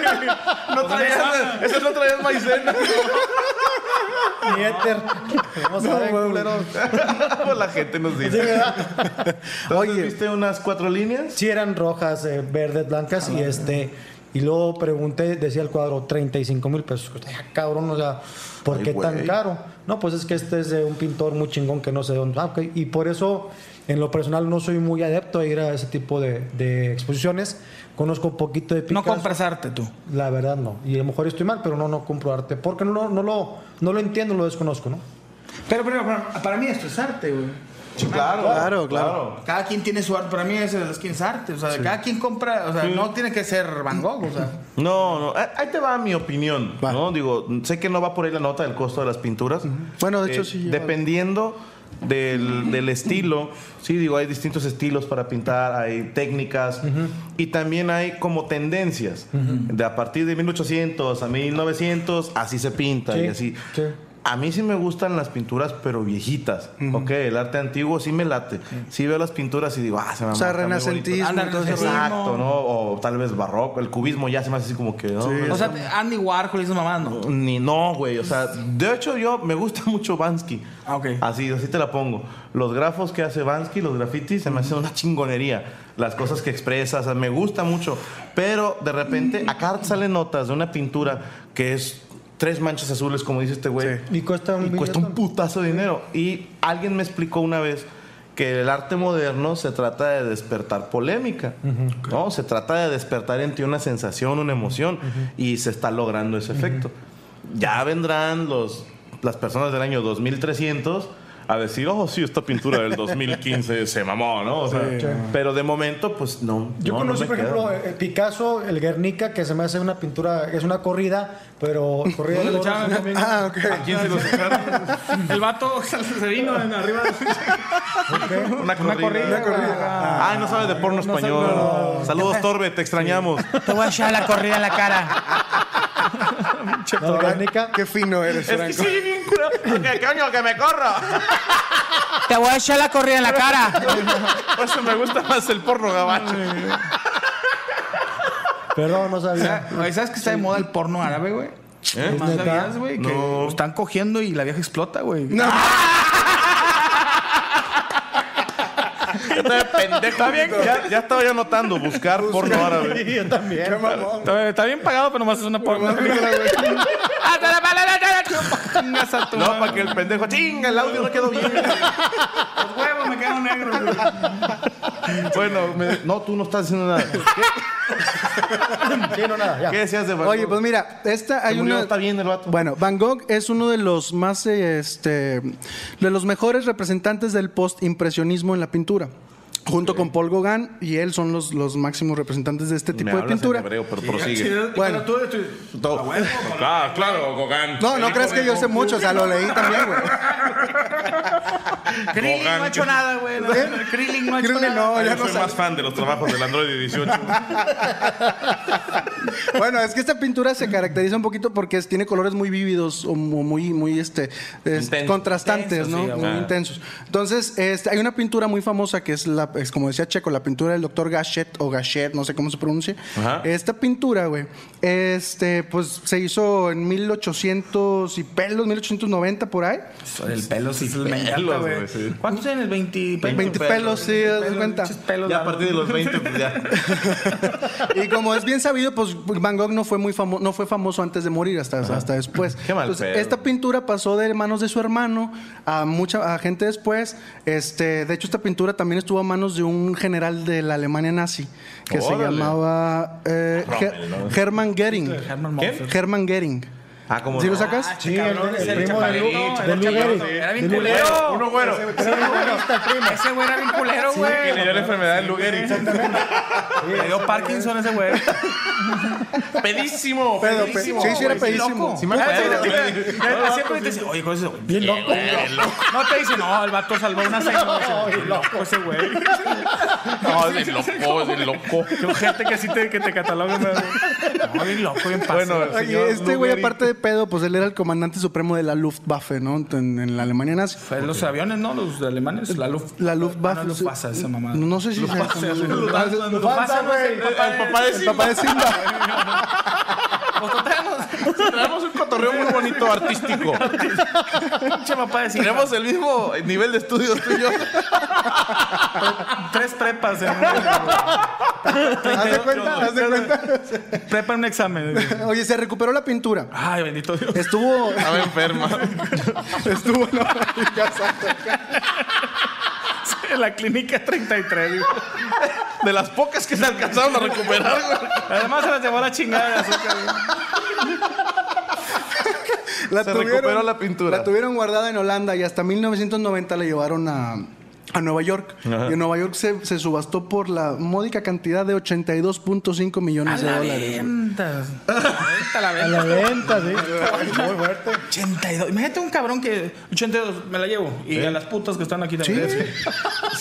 S1: No traías, ese no traías maicena.
S5: Ni éter. Vamos a ver, culeros.
S1: Pues la gente nos dice. Entonces, ¿viste unas cuatro líneas?
S5: Sí eran rojas, eh, verdes, blancas
S1: Ah,
S5: y este... Y luego pregunté, decía el cuadro, 35 mil pesos. Ah, cabrón, o sea, ¿por
S1: Ay,
S5: qué
S1: güey.
S5: tan caro? No, pues es que este es de un pintor muy chingón que no sé dónde. Ah, ok. Y por eso En lo personal no soy muy adepto a ir a ese tipo de, de exposiciones. Conozco un poquito de
S2: No
S5: Picasso.
S2: compras arte tú.
S5: La verdad no. Y a lo mejor estoy mal, pero no, no compro arte. Porque no, lo- no, lo, no lo entiendo, lo desconozco, ¿no?
S6: Pero, pero, pero, para mí esto es arte, güey.
S1: Claro,
S3: claro, claro.
S6: Cada quien tiene su arte. Para mí eso es quien es arte. O sea, cada quien compra. O sea, no tiene que ser Van Gogh. O sea,
S1: No, no, ah, ahí te va mi opinión,
S3: Va.
S1: ¿no? Digo, sé que no va por ahí la nota del costo de las pinturas.
S3: Bueno, de hecho,
S1: Eh,
S3: sí lleva-
S1: Dependiendo del, del estilo, sí, digo, hay distintos estilos para pintar, hay técnicas y también hay como tendencias. De a partir de 1800 a 1900, así se pinta
S5: Sí,
S1: y así.
S5: sí.
S1: A mí sí me gustan las pinturas, pero viejitas. Ok, el arte antiguo sí me late. Sí veo las pinturas y digo, ah, se me
S3: O sea,
S1: marca muy bonito.
S3: renacentismo,
S6: Ándale,
S3: todo ese
S6: renacentismo.
S3: rollo.
S1: Exacto, ¿no? O tal vez barroco. El cubismo ya se me hace así como que. ¿no?
S6: o sea Andy Warhol y esas mamadas, no.
S1: Ni no, güey. O sea, de hecho, yo me gusta mucho Bansky.
S6: Ah, ok.
S1: Así, así te la pongo. Los grafos que hace Bansky, los grafitis, se me hacen una chingonería. Las cosas que expresa, o sea, me gusta mucho. Pero de repente, acá salen notas de una pintura que es tres manchas azules, como dice este güey.
S5: Y cuesta un
S1: Y cuesta un
S5: billetón.
S1: putazo de dinero. Y alguien me explicó una vez que el arte moderno se trata de despertar polémica, ¿no? Se trata de despertar en ti una sensación, una emoción, y se está logrando ese efecto. Ya vendrán los, las personas del año 2300 a decir, oh, sí, esta pintura del 2015 se mamó, ¿no? O sea, Pero de momento, pues no.
S5: Yo
S1: no, no
S5: conozco,
S1: me
S5: por
S1: queda.
S5: ejemplo, eh, Picasso, el Guernica, que se me hace una pintura, es una corrida, pero corrida de toros,
S2: echaron?
S5: ¿no? También.
S3: Ah, ok.
S2: ¿Quién se los echaron? El vato se vino en arriba.
S1: Una corrida.
S2: corrida, güey.
S1: Ay, Ah, no sabes de porno español. Saludos, Torbe, te extrañamos.
S6: Te voy a echar la corrida en la cara.
S5: No, el Guernica.
S3: Qué fino eres, Franco.
S1: soy bien curado. ¿Qué coño? ¡Que me corro!
S6: Te voy a echar la corrida en la cara.
S1: Por eso me gusta más el porno gabacho.
S5: Perdón, no sabía.
S6: Oye, ¿Sabes que está de moda el porno árabe, güey?
S1: ¿Eh?
S6: ¿Más sabías, güey? Que
S1: No.
S6: están cogiendo y la vieja explota, güey.
S1: Está bien, ya, ya estaba yo anotando, buscar porno árabe.
S5: Yo también.
S2: Está está bien pagado, pero nomás es una porno. Chingas a tu
S1: No,
S2: madre.
S1: para que el pendejo, chinga, el audio no quedó bien.
S6: Los huevos me quedan negros, güey.
S1: Bueno, me- no, tú no estás diciendo nada.
S5: Sí, no, nada, ya.
S1: ¿Qué decías de Van
S3: Oye,
S1: Gogh?
S3: pues mira, esta hay
S1: Se murió,
S3: una.
S1: está bien el vato.
S3: Bueno, Van Gogh es uno de los más, eh, este, de los mejores representantes del postimpresionismo en la pintura. Junto con Paul Gauguin y él son los, los máximos representantes de este
S1: Me
S3: tipo de
S1: hablas en
S3: pintura.
S1: hebreo, pero prosigue.
S6: Pero
S3: Bueno.
S6: tú- tú-
S1: Todo. Claro, claro, Gogán.
S3: No, no crees que yo sé mucho, o sea, lo leí también, güey.
S6: Krillin no ha hecho nada, güey. No, Krillin no ha hecho
S3: Creo que
S6: nada.
S3: no,
S1: Yo
S3: ya no
S1: soy
S3: sé.
S1: más fan de los trabajos del Android 18.
S3: Bueno, es que esta pintura se caracteriza un poquito porque es- tiene colores muy vívidos o mu- muy, muy este, es-
S1: Intensos.
S3: contrastantes, ¿no?
S1: Intensos, sí,
S3: muy
S1: ajá.
S3: intensos. Entonces, este, hay una pintura muy famosa que es la, es como decía Checo, la pintura del doctor Gachet o Gachet, no sé cómo se pronuncia.
S1: Ajá.
S3: Esta pintura, güey, este, pues se hizo en 1800 y pelos, 1890 por ahí.
S6: El pelo sí se me encanta,
S1: Pelos,
S6: güey.
S1: güey, sí.
S6: ¿Cuántos tienes? 20 pelos.
S3: 20 pelos, sí, haz de cuenta.
S6: pinches pelos,
S1: Ya a
S6: güey.
S1: partir de los 20, pues ya.
S3: Y como es bien sabido, pues Van Gogh no fue muy famoso, no fue famoso antes de morir, hasta, hasta después.
S1: Qué mal
S3: Entonces,
S1: pedo.
S3: esta pintura pasó de manos de su hermano a mucha a gente después. Este, de hecho, esta pintura también estuvo a manos de un general de la Alemania nazi que se
S1: Órale.
S3: llamaba eh, Ger-
S1: Rommel, ¿no?
S3: Hermann Goering.
S6: Herman
S1: ¿Qué?
S6: Moffitt.
S3: Hermann Goering.
S1: Ah, como.
S3: ¿Sí lo sacas?
S6: Ah,
S5: Sí,
S6: che, cabrón,
S5: el-
S6: ese
S5: el
S6: era
S5: primo de Lu-
S6: chaparrito,
S5: de
S6: era
S5: Lu
S6: chaparrito,
S5: Gehrig.
S6: Era bien
S5: De Lu
S6: culero.
S1: Uno güero.
S6: Ese güey era bien culero,
S1: Que
S6: güey.
S1: le dio la enfermedad de Lugeri.
S6: Le dio Parkinson ese güey.
S1: Pedísimo.
S3: Pedo,
S1: pedísimo,
S3: pe- sí, sí era
S1: güey.
S3: pedísimo.
S1: me acuerdo.
S6: Siempre te dice, oye, ¿cuál es eso? Bien loco. No te dice, no, el vato salvó una señora. Bien loco ese güey.
S1: No, es de
S2: oh,
S1: loco, es de loco.
S2: Qué gente que sí te, que te cataloga.
S6: No, bien loco, bien pasado.
S1: Bueno, el
S3: Oye,
S1: señor
S3: este güey,
S1: Lugeri.
S3: aparte de pedo, pues él era el comandante supremo de la Luftwaffe, ¿no? En, en la Alemania nazi.
S2: Pues,
S6: Fue los aviones, ¿no? Los alemanes, la Luft...
S3: La Luftwaffe.
S6: Ah, no, Lufthansa, esa mamada.
S3: No sé si
S6: Lufthansa, Lufthansa, no es el papá
S1: El papá de
S3: El papá de Simba.
S1: Tenemos un cotorreo muy bonito artístico.
S6: Pinche papá de Simba.
S1: Tenemos el mismo nivel de estudios tú y yo.
S2: Tres prepas. en-
S3: Haz de cuenta, haz de cuenta.
S2: Prepa en un examen.
S3: Oye, se recuperó la pintura.
S2: Ay, bendito Dios.
S3: Estuvo.
S1: Estaba enferma.
S3: Estuvo, no, ya exacto.
S2: en la clínica 33. güey.
S1: De las pocas que se alcanzaron a recuperar, güey.
S2: Además se las llevó la chingada de azúcar. güey.
S3: La
S1: Se recuperó la pintura.
S3: La tuvieron guardada en Holanda y hasta 1990 la llevaron a, a Nueva York. Y en Nueva York se, se subastó por la módica cantidad de 82.5 millones de dólares. güey.
S5: A la venta, sí. Muy fuerte.
S2: 82. Imagínate un cabrón que 82 me la llevo y a las putas que están aquí también.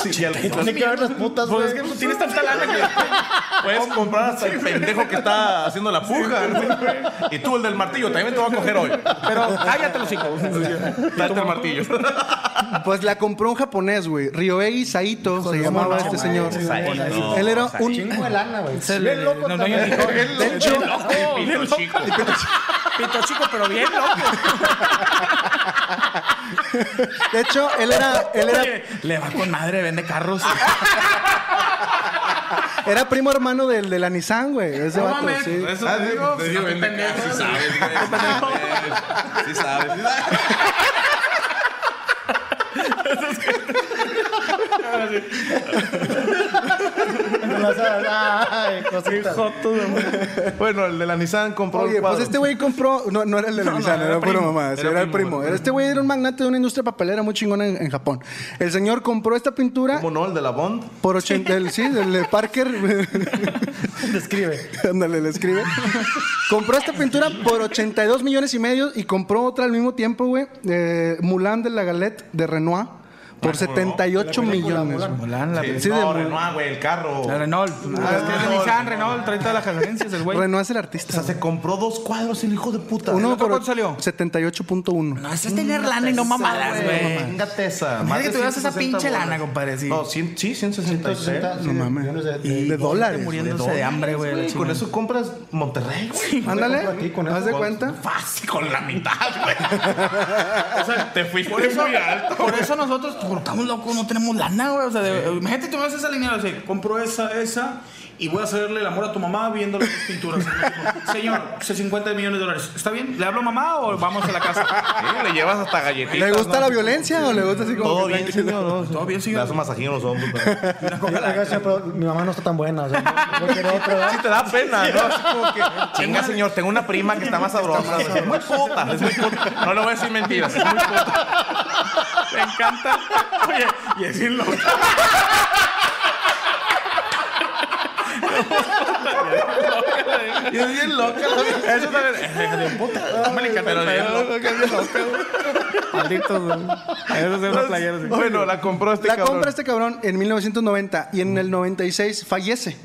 S1: Sí, y al-
S7: Tiene que ver las putas,
S2: Pues es
S7: güey.
S2: que tienes tanta lana que puedes comprar hasta
S1: El pendejo que está haciendo la puja. ¿no? Y tú, el del martillo, también te va a coger hoy.
S2: Pero ah, cállate los hijos.
S1: Date el martillo.
S3: Pues la compró un japonés, güey. Ryohei Saito se llamaba este señor. Él era un...
S7: Chingo de lana, güey.
S5: Se
S7: Bien
S5: le-
S7: loco
S2: Los
S7: también.
S2: dueños dijo,
S3: De hecho,
S2: Pito chico. Pito chico, pero bien loco.
S3: de hecho, él era, él era
S2: Oye, Ah, Le va con madre, vende carros.
S3: Era primo hermano del de la Nissan, güey. Ese vato, sí.
S1: Eso
S2: Ah,
S1: te digo. Te digo, vende carro. Sí sabes, güey. Sí sabes. sí sabes.
S7: Ay, cosita.
S1: Bueno, el de la Nissan compró
S3: Oye,
S1: el cuadro.
S3: pues este güey compró. No, no era el de la Nissan, era, pura mamá. Era, el primo. Era- Este güey era un magnate de una industria papelera muy chingona en, en Japón. El señor compró esta pintura
S1: ¿Cómo no? El de la Bond.
S3: por 80. del- sí, del de Parker.
S7: Describe.
S3: Ándale, le escribe. compró esta pintura por 82 millones y medio y compró otra al mismo tiempo, güey. Eh, Mulan de la Galette de Renoir por 78 millones. güey.
S2: Mulan, la
S3: Sí, de
S1: no,
S3: Mulan.
S1: Renoir, güey, el carro.
S2: La Renault. Ah, es que es Nissan, Renault, trae todas las gerencias el güey.
S3: Renoir es el
S1: O sea,
S3: artista.
S1: se compró dos cuadros el hijo de puta.
S3: Uno
S2: otro
S3: por
S2: cuánto salió?
S3: 78.1.
S6: No, eso es tener lana y no mamadas, güey.
S1: Chingate esa.
S6: Imagínate
S1: Más
S6: que
S1: de
S6: tuvieras esa
S1: 160
S6: pinche
S1: bolas.
S6: lana, compadre. Sí.
S1: No, cien- sí, 166.
S3: No mames.
S7: De
S3: De dólares. güey.
S6: muriéndose de hambre, güey. la
S1: Sí, con
S6: chingada.
S1: eso compras Monterrey, güey.
S3: Ándale, haz de cuenta.
S1: Fácil, con la mitad, güey. o sea, te fuiste
S6: Por eso,
S1: muy alto.
S6: por eso nosotros, pues, porque estamos locos, no tenemos lana, güey. O sea, de- imagínate que me haces esa línea, o sea, compro esa, esa, y voy a hacerle el amor a tu mamá viendo las pinturas. Señor, sé 50 millones de dólares. ¿Está bien? ¿Le hablo a mamá o vamos a la casa?
S1: Sí, le llevas hasta galletitas.
S3: ¿Le gusta la violencia o le gusta así como
S1: Todo
S3: que
S1: bien,
S3: tranquilo?
S1: señor.
S6: Todo bien,
S1: Le
S6: señor.
S1: das un masajillo en los hombros. pero-
S7: Oiga, sí, pero mi mamá no está tan buena. O sea, no- no quiero otra, ¿verdad?
S1: Sí te da pena, ¿no? Así como que, chinga, señor, tengo una prima que está más sabrosa. güey. Es muy puta, es muy puta. No le voy a decir mentiras, es muy puta.
S2: Me encanta. Oye, y es bien loco.
S1: Y es bien loca. la-
S2: Eso también. eh, de puta. No me le encanta el
S1: Pero bien
S2: pelo. Malditos, güey. Esos son los playeros. sí.
S1: Bueno, la compró este
S3: La
S1: cabrón.
S3: compra este cabrón en 1990 y en el 96 fallece.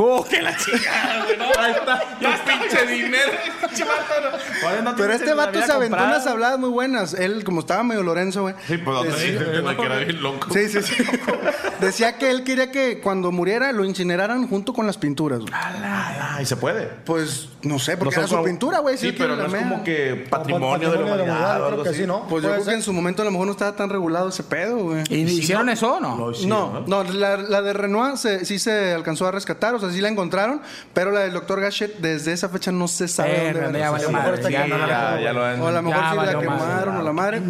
S2: ¡Oh, que la chingada, güey! No,
S1: Ahí está, tu pinche dinero.
S2: pinche vato, no. Ahora no
S3: Pero
S2: tienes
S3: este
S2: la
S3: vato
S2: vida
S3: se aventó
S2: comprada.
S3: unas habladas muy buenas. Él, como estaba medio Lorenzo, güey.
S1: Sí, pues no te
S3: decía-
S1: dije que era bien loco.
S3: Sí, sí, sí. Decía que él quería que cuando muriera lo incineraran junto con las pinturas, güey.
S1: Ah, y se puede.
S3: Pues no sé, porque
S1: No son
S3: era su
S1: como-
S3: pintura, güey.
S1: Sí,
S3: que
S1: pero
S3: la
S1: no es
S3: mea.
S1: como que patrimonio de la humanidad o
S7: creo
S1: algo
S7: que
S1: así.
S7: sí, ¿no?
S3: Pues yo creo que en su momento a lo mejor no estaba tan regulado ese pedo, güey.
S2: ¿Y hicieron eso o no?
S3: No, no, la, la de Renoir se- sí se alcanzó a rescatar, o sea, sí la encontraron, pero la del Dr. Gachet desde esa fecha no se sabe
S2: Eh,
S3: dónde
S2: no,
S3: va.
S2: ya valió madre.
S7: está
S2: ya
S7: aquí,
S2: no la
S1: ya,
S2: recuerdo.
S1: ya lo han...
S3: O a lo mejor
S2: Ya
S3: sí la
S2: valió madre.
S3: quemaron o la madre.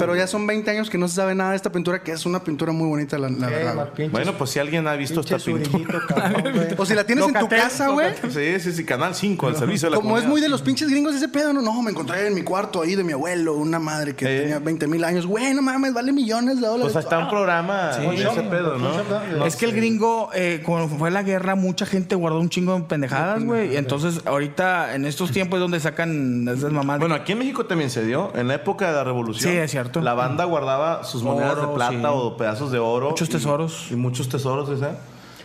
S3: Pero ya son 20 años que no se sabe nada de esta pintura, que es una pintura muy bonita, la, la
S7: Eh,
S3: verdad.
S7: más
S3: güey.
S7: pinches-
S1: Bueno, pues si alguien ha visto esta
S7: pinches
S1: pintura.
S7: orillito, cabrón, güey.
S3: O si la tienes en tu
S2: Locatel,
S3: casa, güey.
S1: Sí, sí, sí, Canal 5, el servicio de la
S3: Como es
S1: comunidad.
S3: muy de los pinches gringos ese pedo, no, no, me encontré en mi cuarto ahí de mi abuelo, una madre que
S1: Eh.
S3: tenía 20 mil años. Güey, no mames, vale millones de dólares.
S1: Pues hasta un programa de ese pedo, ¿no?
S7: No,
S2: es que el gringo, eh, cuando fue la guerra, mucha gente guardó un chingo de pendejadas, güey. Y entonces, ahorita, en estos tiempos, es donde sacan esas mamadas.
S1: Bueno, aquí en México también se dio. En la época de la revolución.
S2: Sí, es cierto.
S1: La banda guardaba sus monedas
S2: Oro,
S1: de plata
S2: sí.
S1: o pedazos de oro.
S2: Muchos
S1: y-
S2: tesoros.
S1: Y muchos tesoros, ¿sabes?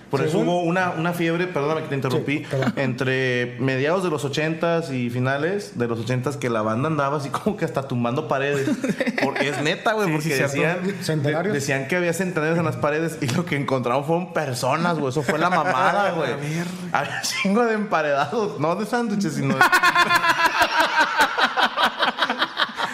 S1: Por eso hubo una, una fiebre, perdóname que te interrumpí, entre mediados de los 80s y finales de los 80s que la banda andaba así como que hasta tumbando paredes. Porque es neta, güey, porque decían,
S7: Centenarios.
S1: de- decían que había centenarios en las paredes y lo que encontraron fueron personas, güey. Eso fue la mamada, güey. Había un chingo de emparedados, no de sándwiches, sino de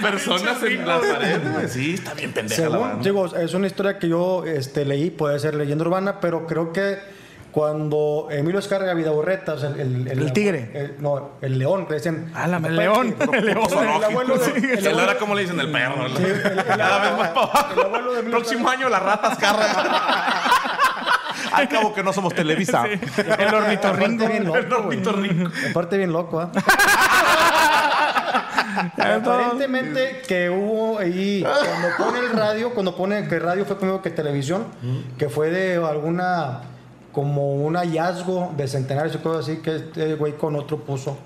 S1: personas en las paredes, güey. Sí, está bien pendeja la
S7: Según,
S1: banda.
S7: digo, es una historia que yo este, leí, puede ser leyenda urbana, pero creo que Cuando Emilio Escarga Vidaurreta, o sea, el,
S2: El tigre.
S7: el- no, el león, le decían.
S2: Ah, la- el león, el león.
S7: El abuelo de- el
S6: El
S7: abuelo-
S6: era como le dicen el perro.
S7: Sí, el- el-
S6: Cada vez más para abajo.
S7: el abuelo de Emilio
S6: Próximo año las ratas carran.
S1: Al cabo que no somos Televisa.
S2: El ornitorrinco.
S7: Aparte bien
S6: El
S7: loco, güey.
S6: ornitorrinco.
S7: Aparte bien loco, ¿ah? Aparentemente que hubo ahí, cuando pone el radio, cuando pone que radio fue primero que televisión, que fue de alguna, como un hallazgo de centenarios y cosas así, que este güey con otro puso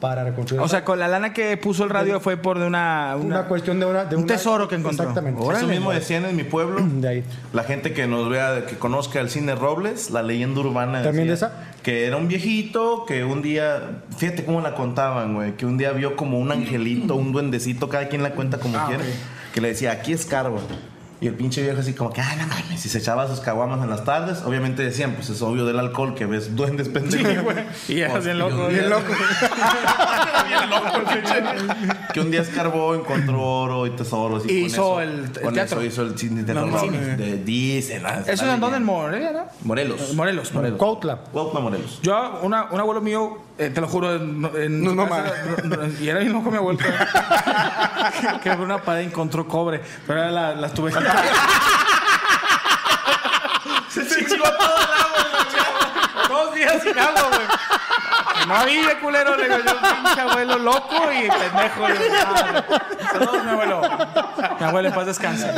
S7: para reconstruir.
S2: O sea, con la lana que puso el radio fue por de una...
S7: una, cuestión de, una, de
S2: un
S7: una-
S2: tesoro que encontró. Oh.
S7: Exactamente.
S1: Eso mismo decían en mi pueblo.
S7: De ahí.
S1: La gente que nos vea, que conozca el cine Robles, la leyenda urbana.
S7: ¿También
S1: decía,
S7: de
S1: Que era un viejito que un día, fíjate cómo la contaban, güey, que un día vio como un angelito, un duendecito, cada quien la cuenta
S2: Ah,
S1: como quiere, que le decía, aquí es cargo. Y el pinche viejo así como que, ah, no mames, y se echaba sus caguamas en las tardes. Obviamente decían, pues es obvio del alcohol que ves duendes pendejos.
S2: Y ya
S1: Pues,
S2: bien loco.
S1: Dios mío.
S2: loco.
S1: Bien loco el pinche. que un día escarbó, encontró oro y tesoros. Y
S2: Hizo
S1: con eso-
S2: el- el
S1: con
S2: teatro.
S1: eso hizo el cine de
S2: No,
S1: terror,
S2: el cine.
S1: de- Dicen. ah,
S2: Eso es
S1: está
S2: en donde en
S1: bien.
S2: Morelia, ¿no?
S1: Morelos.
S2: Morelos, Morelos.
S7: Cuautla.
S1: Cuautla, Morelos.
S2: Yo, una, un abuelo mío, eh, te lo juro, en, en
S3: No
S2: su
S3: es
S2: casa, no- no- y era bien loco mi abuelo. que en una pared encontró cobre, pero era la, las tuve. Se chingó todo el agua, güey. Dos días sin agua, güey. Que No había culero, le digo yo, pinche abuelo loco y pendejo. le digo, "Ah, güey". Saludos, mi abuelo. Mi abuelo, en paz descanse.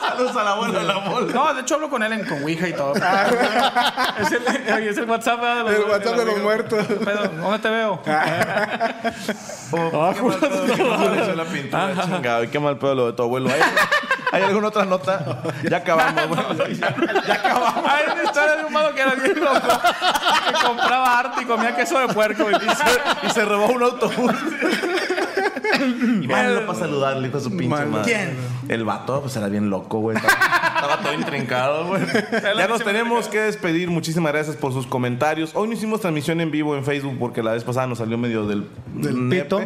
S1: Saludos a la abuela de la bola.
S2: No, de hecho hablo con él en con Ouija y todo. es, el, oye, es el WhatsApp ¿verdad? de
S3: El WhatsApp de los Ah.
S2: amigos.
S3: muertos.
S2: ¿Qué pedo? ¿Dónde te veo? Ah,
S1: Oh, qué mal
S2: pues,
S1: pedo que no se le echó la pintura, chingado. Y qué mal pedo lo de tu abuelo. ¿Hay, hay alguna otra nota? Ya acabamos, güey.
S2: Hay Ah, una historia de un malo que era bien loco. Que compraba arte y comía queso de puerco. Y dice,
S1: Y se robó un autobús. Y malo para saludarle, hijo de su pinche
S3: Malo.
S1: madre. ¿Quién? El vato, pues era bien loco, güey. Estaba, estaba todo intrincado, güey. Ya nos tenemos que despedir. Muchísimas gracias por sus comentarios. Hoy no hicimos transmisión en vivo en Facebook porque la vez pasada nos salió medio del,
S7: Del
S1: nepe,
S7: pito.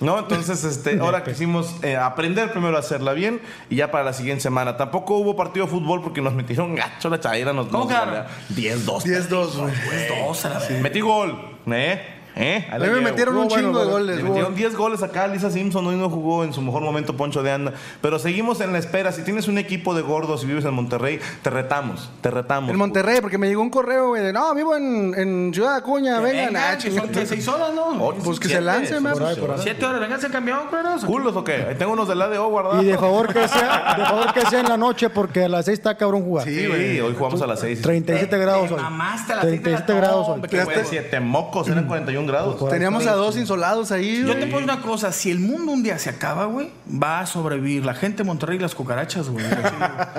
S1: ¿No? Entonces, este, ahora quisimos eh, aprender primero a hacerla bien y ya para la siguiente semana. Tampoco hubo partido de fútbol porque nos metieron gacho la chaira. Nos,
S2: ¿Cómo
S1: nos-
S2: quedaron?
S1: 10-2.
S3: 10-2, güey.
S1: Metí gol. ¿Eh? ¿Eh? Ahí la
S3: A mí me
S1: llevo.
S3: metieron un
S7: Estuvo
S3: chingo de
S7: bueno,
S3: goles,
S1: Le
S3: güey.
S1: metieron 10 goles acá a Lisa Simpson, hoy no jugó en su mejor momento Poncho de Anda. Pero seguimos en la espera. Si tienes un equipo de gordos y vives en Monterrey, te retamos, te retamos.
S3: En Monterrey, porque me llegó un correo, güey, de no, vivo en, en Ciudad Acuña, vengan. Ah,
S2: vengan, que son
S3: chingada.
S2: 16 horas, ¿no?
S1: Oye,
S3: Pues que se
S1: siete,
S3: lance,
S1: son
S3: man.
S7: Por ahí, por ahí.
S2: Siete horas, vengan, se cambiaron, culeros.
S1: ¿Culos o qué? Ahí tengo unos del ADO guardados.
S7: Y de favor que sea, de favor que sea en la noche, porque a las 6 está cabrón jugar.
S1: Sí, güey, hoy jugamos a las 6.
S7: 37 grados hoy.
S2: Mamaste a las seis de la
S7: 37 grados hoy.
S2: tarde, qué huevo.
S1: 37 mocos, eran 41 grados.
S3: Pues, Teníamos a dos insolados ahí,
S2: Yo te
S3: güey.
S2: pongo una cosa, si el mundo un día se acaba, güey, va a sobrevivir la gente de Monterrey y las cucarachas, güey.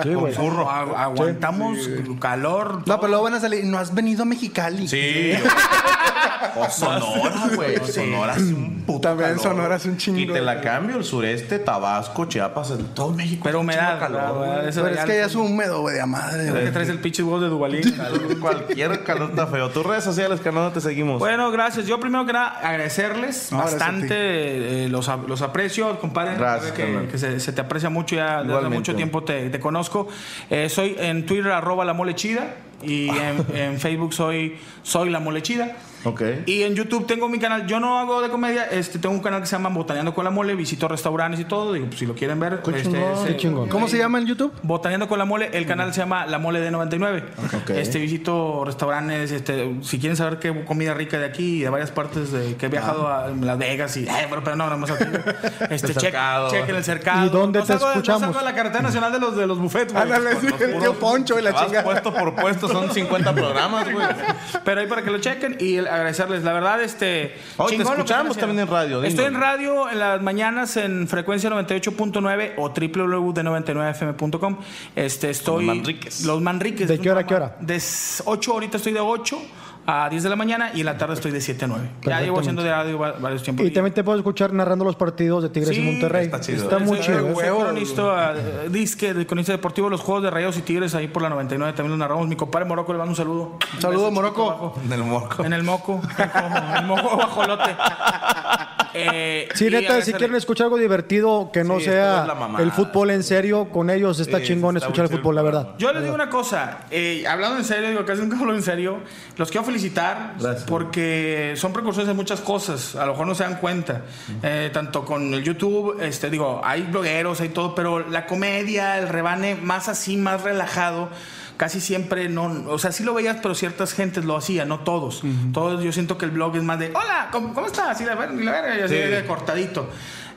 S7: Sí, güey.
S2: Burro, agu- aguantamos calor.
S3: No, pero luego van a salir. No has venido a Mexicali.
S1: Sí. o Sonora, güey. o Sonora hace un puto
S3: También
S1: calor.
S3: Sonora hace un chingo.
S1: Y te la cambio, el sureste, Tabasco, Chiapas, en todo México. hace
S2: Pero
S1: un
S2: humedad,
S1: chingo de
S2: güey,
S1: güey.
S2: eso
S3: Pero es
S2: ya-
S3: que ya es húmedo, güey, de a madre, güey.
S2: que traes el pinche huevo de Dubalín.
S1: Calor, cualquier calor está feo. Tus redes sociales, que no te seguimos.
S2: Bueno, gracias. Yo primero que nada agradecerles
S3: No, gracias a
S2: bastante.
S3: ti.
S2: eh, los, a- los aprecio, compadre.
S1: Gracias,
S2: Que,
S1: carnal.
S2: que se, se te aprecia mucho, ya desde
S1: Igualmente.
S2: mucho tiempo te, te conozco. Eh, soy en Twitter, arroba la molechida. Y en, en Facebook soy, soy la molechida.
S1: Ok.
S2: Y en YouTube tengo mi canal. Yo no hago de comedia. Este, tengo un canal que se llama Botaneando con la Mole. Visito restaurantes y todo. Digo, pues, si lo quieren ver. este, se-
S3: ¿Cómo se llama en YouTube?
S2: Botaneando con la mole, el canal se llama La Mole de 99. Este visito restaurantes, este, si quieren saber qué comida rica de aquí y de varias partes de, que he viajado
S7: Ah.
S2: a Las Vegas y eh, pero, pero no, no más aquí. Este check-
S1: cercado.
S2: chequen el cercado.
S7: ¿Y dónde
S2: No
S7: te
S2: salgo de- no
S7: escuchamos?
S2: salgo de la carretera nacional de los de los buffets, güey.
S3: Ándale, sí, el tío Poncho y la
S1: Vas
S3: chingada.
S1: puesto por puesto, son 50 programas, güey.
S2: Pero ahí para que lo chequen y el- agradecerles. La verdad, este.
S1: Hoy te
S2: chingón lo que están
S1: escuchamos
S2: haciendo.
S1: también en radio, dinos.
S2: Estoy en radio en las mañanas en frecuencia 98.9 o www.de99fm.com. Este, estoy.
S1: Los Manriques.
S2: Los Manriques.
S7: ¿De
S2: Es un
S7: qué hora a qué
S2: programa
S7: hora?
S2: De 8, ahorita estoy de 8 a 10 de la mañana y en la tarde estoy de 7 a 9. Ya llevo haciendo de radio va- varios tiempos.
S7: Y también te puedo escuchar narrando los partidos de Tigres
S2: Sí,
S7: y Monterrey.
S1: Pues, está
S7: Está,
S1: chido.
S7: muy
S2: Soy-
S7: chido.
S2: soy
S7: ¿eh?
S2: cronista, eh, disque, de cronista deportivo, los juegos de Rayos y Tigres ahí por la 99 también los narramos. Mi compadre Morocco le mando un saludo. Un beso,
S3: Saludos,
S2: chico,
S3: Morocco.
S2: abajo.
S1: En el morco.
S2: En el moco. En el moco guajolote. Eh,
S5: Sí,
S2: y
S5: neta, si
S2: agradecerle-
S5: quieren escuchar algo divertido que no
S1: Sí,
S5: sea
S1: esto es la mamada.
S5: el fútbol en serio, con ellos está
S1: Sí,
S5: chingón
S1: está
S5: escuchar el
S1: muy
S5: fútbol, la
S1: chido.
S5: verdad.
S2: Yo les digo una cosa, eh, hablando en serio, digo, casi nunca hablo en serio, los quiero felicitar
S1: Gracias.
S2: porque son precursores de muchas cosas, a lo mejor no se dan cuenta, Eh, tanto con el YouTube, este, digo, hay blogueros, hay todo, pero la comedia, el rebane más así, más relajado. Casi siempre no, o sea, sí lo veías, pero ciertas gentes lo hacían, no todos. Todos, yo siento que el blog es más de, hola, ¿cómo, cómo estás? Y la verga, y la verga, y así de cortadito.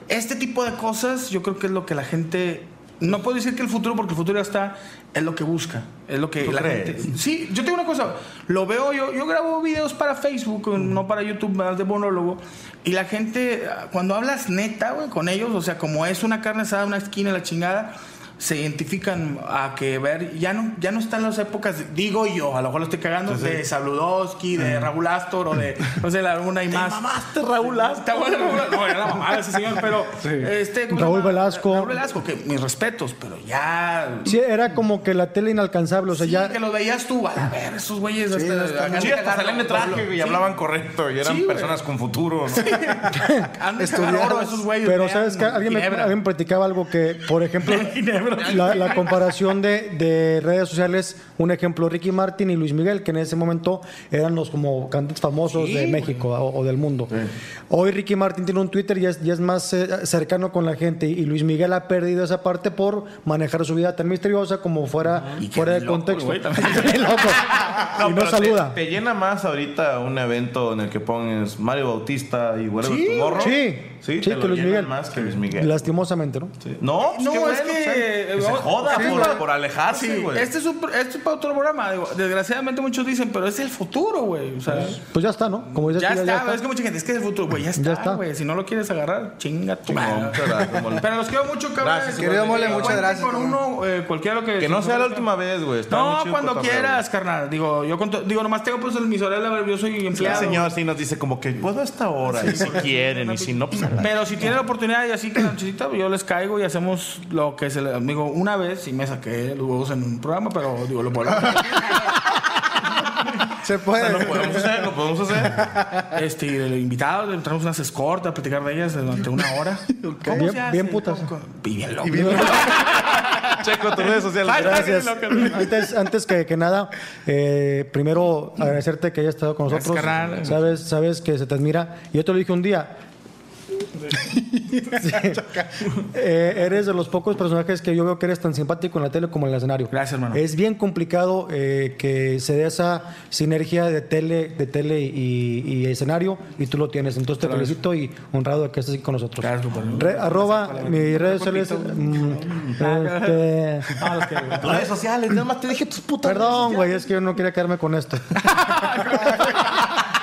S2: Este tipo de cosas, yo creo que es lo que la gente no puedo decir que el futuro, porque el futuro ya está, es lo que busca. Es lo que la gente. Sí, yo tengo una cosa. Lo veo yo. Yo grabo videos para Facebook, no para YouTube, más de monólogo. Y la gente, ah, cuando hablas neta, güey, con ellos, o sea, como es una carne asada, una esquina, la chingada, se identifican a que ver. Ya no, ya no están las épocas, digo yo, a lo mejor lo estoy cagando, de Sabludowski, de Raúl Astor o de, no sé, la alguna y más. mamaste, Raúl Astor. Está bueno, Raúl Astor. No, era la mamada ese señor, pero. Este, ¿cómo se
S5: Raúl
S2: llama?
S5: Velasco.
S2: Raúl Velasco, que mis respetos, pero ya.
S5: Sí, era como que la tele inalcanzable, o sea,
S2: Sí,
S5: ya...
S2: que lo veías tú, a la ver, esos güeyes hasta, acá
S1: Sí,
S2: te
S1: hasta
S2: agarran-
S1: salían de traje, güey, y
S2: Sí,
S1: hablaban correcto, y eran
S2: Sí, güey.
S1: personas con futuro, ¿no?
S2: han de cagar oro esos güeyes.
S5: Pero
S2: vean,
S5: sabes que alguien me,
S2: Ginebra.
S5: alguien me platicaba algo que, por ejemplo, la, la comparación de, de redes sociales, un ejemplo, Ricky Martin y Luis Miguel, que en ese momento eran los como cantantes famosos de México o, o del mundo. Hoy Ricky Martin tiene un Twitter y es, y es más eh, cercano con la gente y Luis Miguel ha perdido esa parte por manejar su vida tan misteriosa como fuera, fuera de contexto. Bien loco. y no
S1: pero te-
S5: saluda.
S1: Te, llena más ahorita un evento en el que pones Mario Bautista y Whatever
S5: Sí,
S1: Tomorrow.
S5: sí.
S1: Sí,
S5: Sí,
S1: te
S5: que
S1: lo
S5: Luis
S1: llenan
S5: Miguel.
S1: más que Luis Miguel.
S5: Lastimosamente, ¿no?
S1: Sí. No, pues
S2: No,
S1: qué
S2: es
S1: bueno,
S2: que-
S1: o sea, que se
S2: vamos-
S1: joda
S2: sí,
S1: por,
S2: pero-
S1: por alejarse, güey.
S2: Este es, un, pro- este es para otro programa. digo, desgraciadamente muchos dicen, pero es el futuro, güey. O sea,
S5: Pues ya está, ¿no? Como
S2: ya,
S5: dices tú,
S2: está, pues. güey, Es que mucha gente, es que es el futuro, güey. Ya está,
S5: está.
S2: güey. Si no lo quieres agarrar, chinga tu
S1: Chingón,
S2: madre.
S1: muchas gracias, mole.
S2: Pero los quiero mucho, cabrón. Este,
S1: Gracias,
S3: Querido mole,
S2: Cuenten
S3: muchas gracias,
S2: Con
S3: cabrón.
S2: uno, eh, cualquiera lo que.
S1: que no sea la última vez, güey. está muy
S2: No,
S1: chido
S2: cuando
S1: cotorreo,
S2: quieras, carnal. Digo, yo con to- digo, nomás tengo pues el misorel, la verdad, yo soy
S1: güey. El
S2: empleado.
S1: señor sí nos dice como que puedo a esta hora, y si quieren, y si no, pues a la-
S2: Pero si tiene la oportunidad y así que la nochecita, yo les caigo y hacemos lo que se le. Digo, una vez sí me saqué los huevos en un programa, pero digo, lo puedo
S3: Se puede.
S1: lo podemos hacer, lo podemos hacer.
S2: Este, y de los invitados, le traemos unas escortas, platicar de ellas durante una hora. ¿Cómo
S5: Bien-
S2: se hace?
S5: bien putas.
S2: ¿Cómo- cómo- Y bien loco.
S1: Checo tus redes sociales.
S5: Gracias. Antes, antes que, que nada, eh, primero agradecerte que hayas estado con
S2: Gracias,
S5: nosotros.
S2: carnal.
S5: Sabes, sabes que se te admira. Yo te lo dije un día. Sí. Eh, eres de los pocos personajes que yo veo que eres tan simpático en la tele como en el escenario.
S2: Gracias, hermano.
S5: Es bien complicado eh, que se dé esa sinergia de tele, de tele y, y escenario, y tú lo tienes. Entonces te felicito y honrado de que estés aquí con nosotros.
S2: Gracias, compadre.
S5: Re- arroba mis redes sociales. mm, este,
S1: Tus redes sociales, nada más te dije tus putas.
S5: Perdón, güey, es que yo no quería quedarme con esto.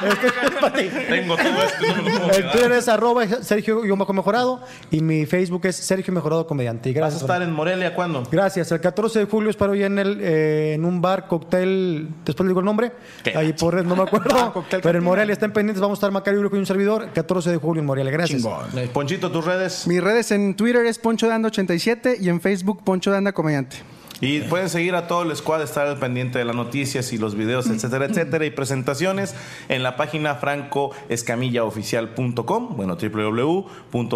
S5: es que es para ti.
S1: Tengo todo esto. no me lo puedo
S5: El
S1: quedar.
S5: Twitter es arroba Sergio guión bajo Mejorado y mi Facebook es Sergio Mejorado Comediante. Y
S1: ¿Vas a
S5: Gracias.
S1: estar en Morelia cuándo?
S5: Gracias. El 14 de julio espero ya en, el, eh, en un bar, cóctel, después le digo el nombre, ahí por no me acuerdo, pero en Morelia estén pendientes, vamos a estar Macario Brujo y un servidor, 14 de julio en Morelia. Gracias.
S1: Ponchito, tus redes.
S3: Mis redes en Twitter es Poncho Danda 87 y en Facebook Poncho Danda Comediante.
S1: Y pueden seguir a todo el squad, estar al pendiente de las noticias y los videos, etcétera, etcétera, y presentaciones en la página francoescamillaoficial.com, bueno,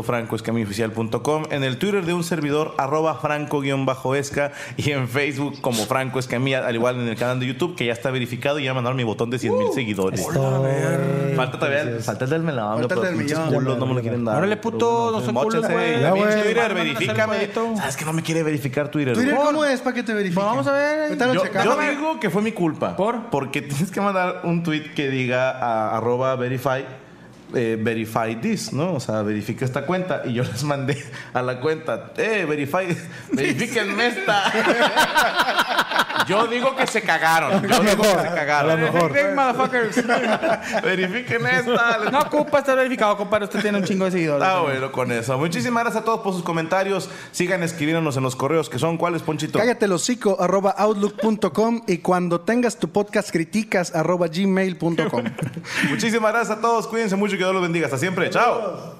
S1: www.francoescamillaoficial.com, en el Twitter de un servidor, arroba franco-esca, y en Facebook como Franco Escamilla, al igual en el canal de YouTube, que ya está verificado y ya mandaron mi botón de 100 mil seguidores. Falta todavía, Eh, pues, falta el del melón,
S3: Falta el
S1: pero
S3: del
S1: pinches
S3: millón.
S1: culos no me lo quieren dar.
S2: Órale, puto, no son culos,
S1: Móchense.
S2: güey.
S5: Ya,
S1: Pinche
S5: güey.
S1: Twitter,
S2: Mándame
S1: verifícame.
S2: salvadito.
S1: Sabes que no me quiere verificar Twitter. güey?
S3: ¿Twitter cómo es para que te verifiquen?
S2: Pues Vamos a ver.
S3: Ahorita lo
S1: Yo, yo
S3: checamos.
S1: digo que fue mi culpa.
S2: ¿Por?
S1: Porque tienes que mandar un tweet que diga a- arroba verify. eh, verify this, ¿no? O sea, verifica esta cuenta. Y yo les mandé a la cuenta, eh, verify, verifíquenme esta. Yo digo que se cagaron. Yo digo que se
S5: A
S1: cagaron.
S5: lo mejor.
S2: Big motherfuckers.
S1: Verifiquen esta. Les
S2: No ocupa estar verificado, compadre. Usted tiene un chingo de seguidores.
S1: Ah, bueno, con eso. Muchísimas gracias a todos por sus comentarios. Sigan escribiéndonos en los correos que son cuáles, Ponchito.
S3: Cállate el hocico, arroba outlook.com y cuando tengas tu podcast criticas arroba gmail.com.
S1: Muchísimas gracias a todos. Cuídense mucho y que Dios los bendiga. Hasta siempre. Chao.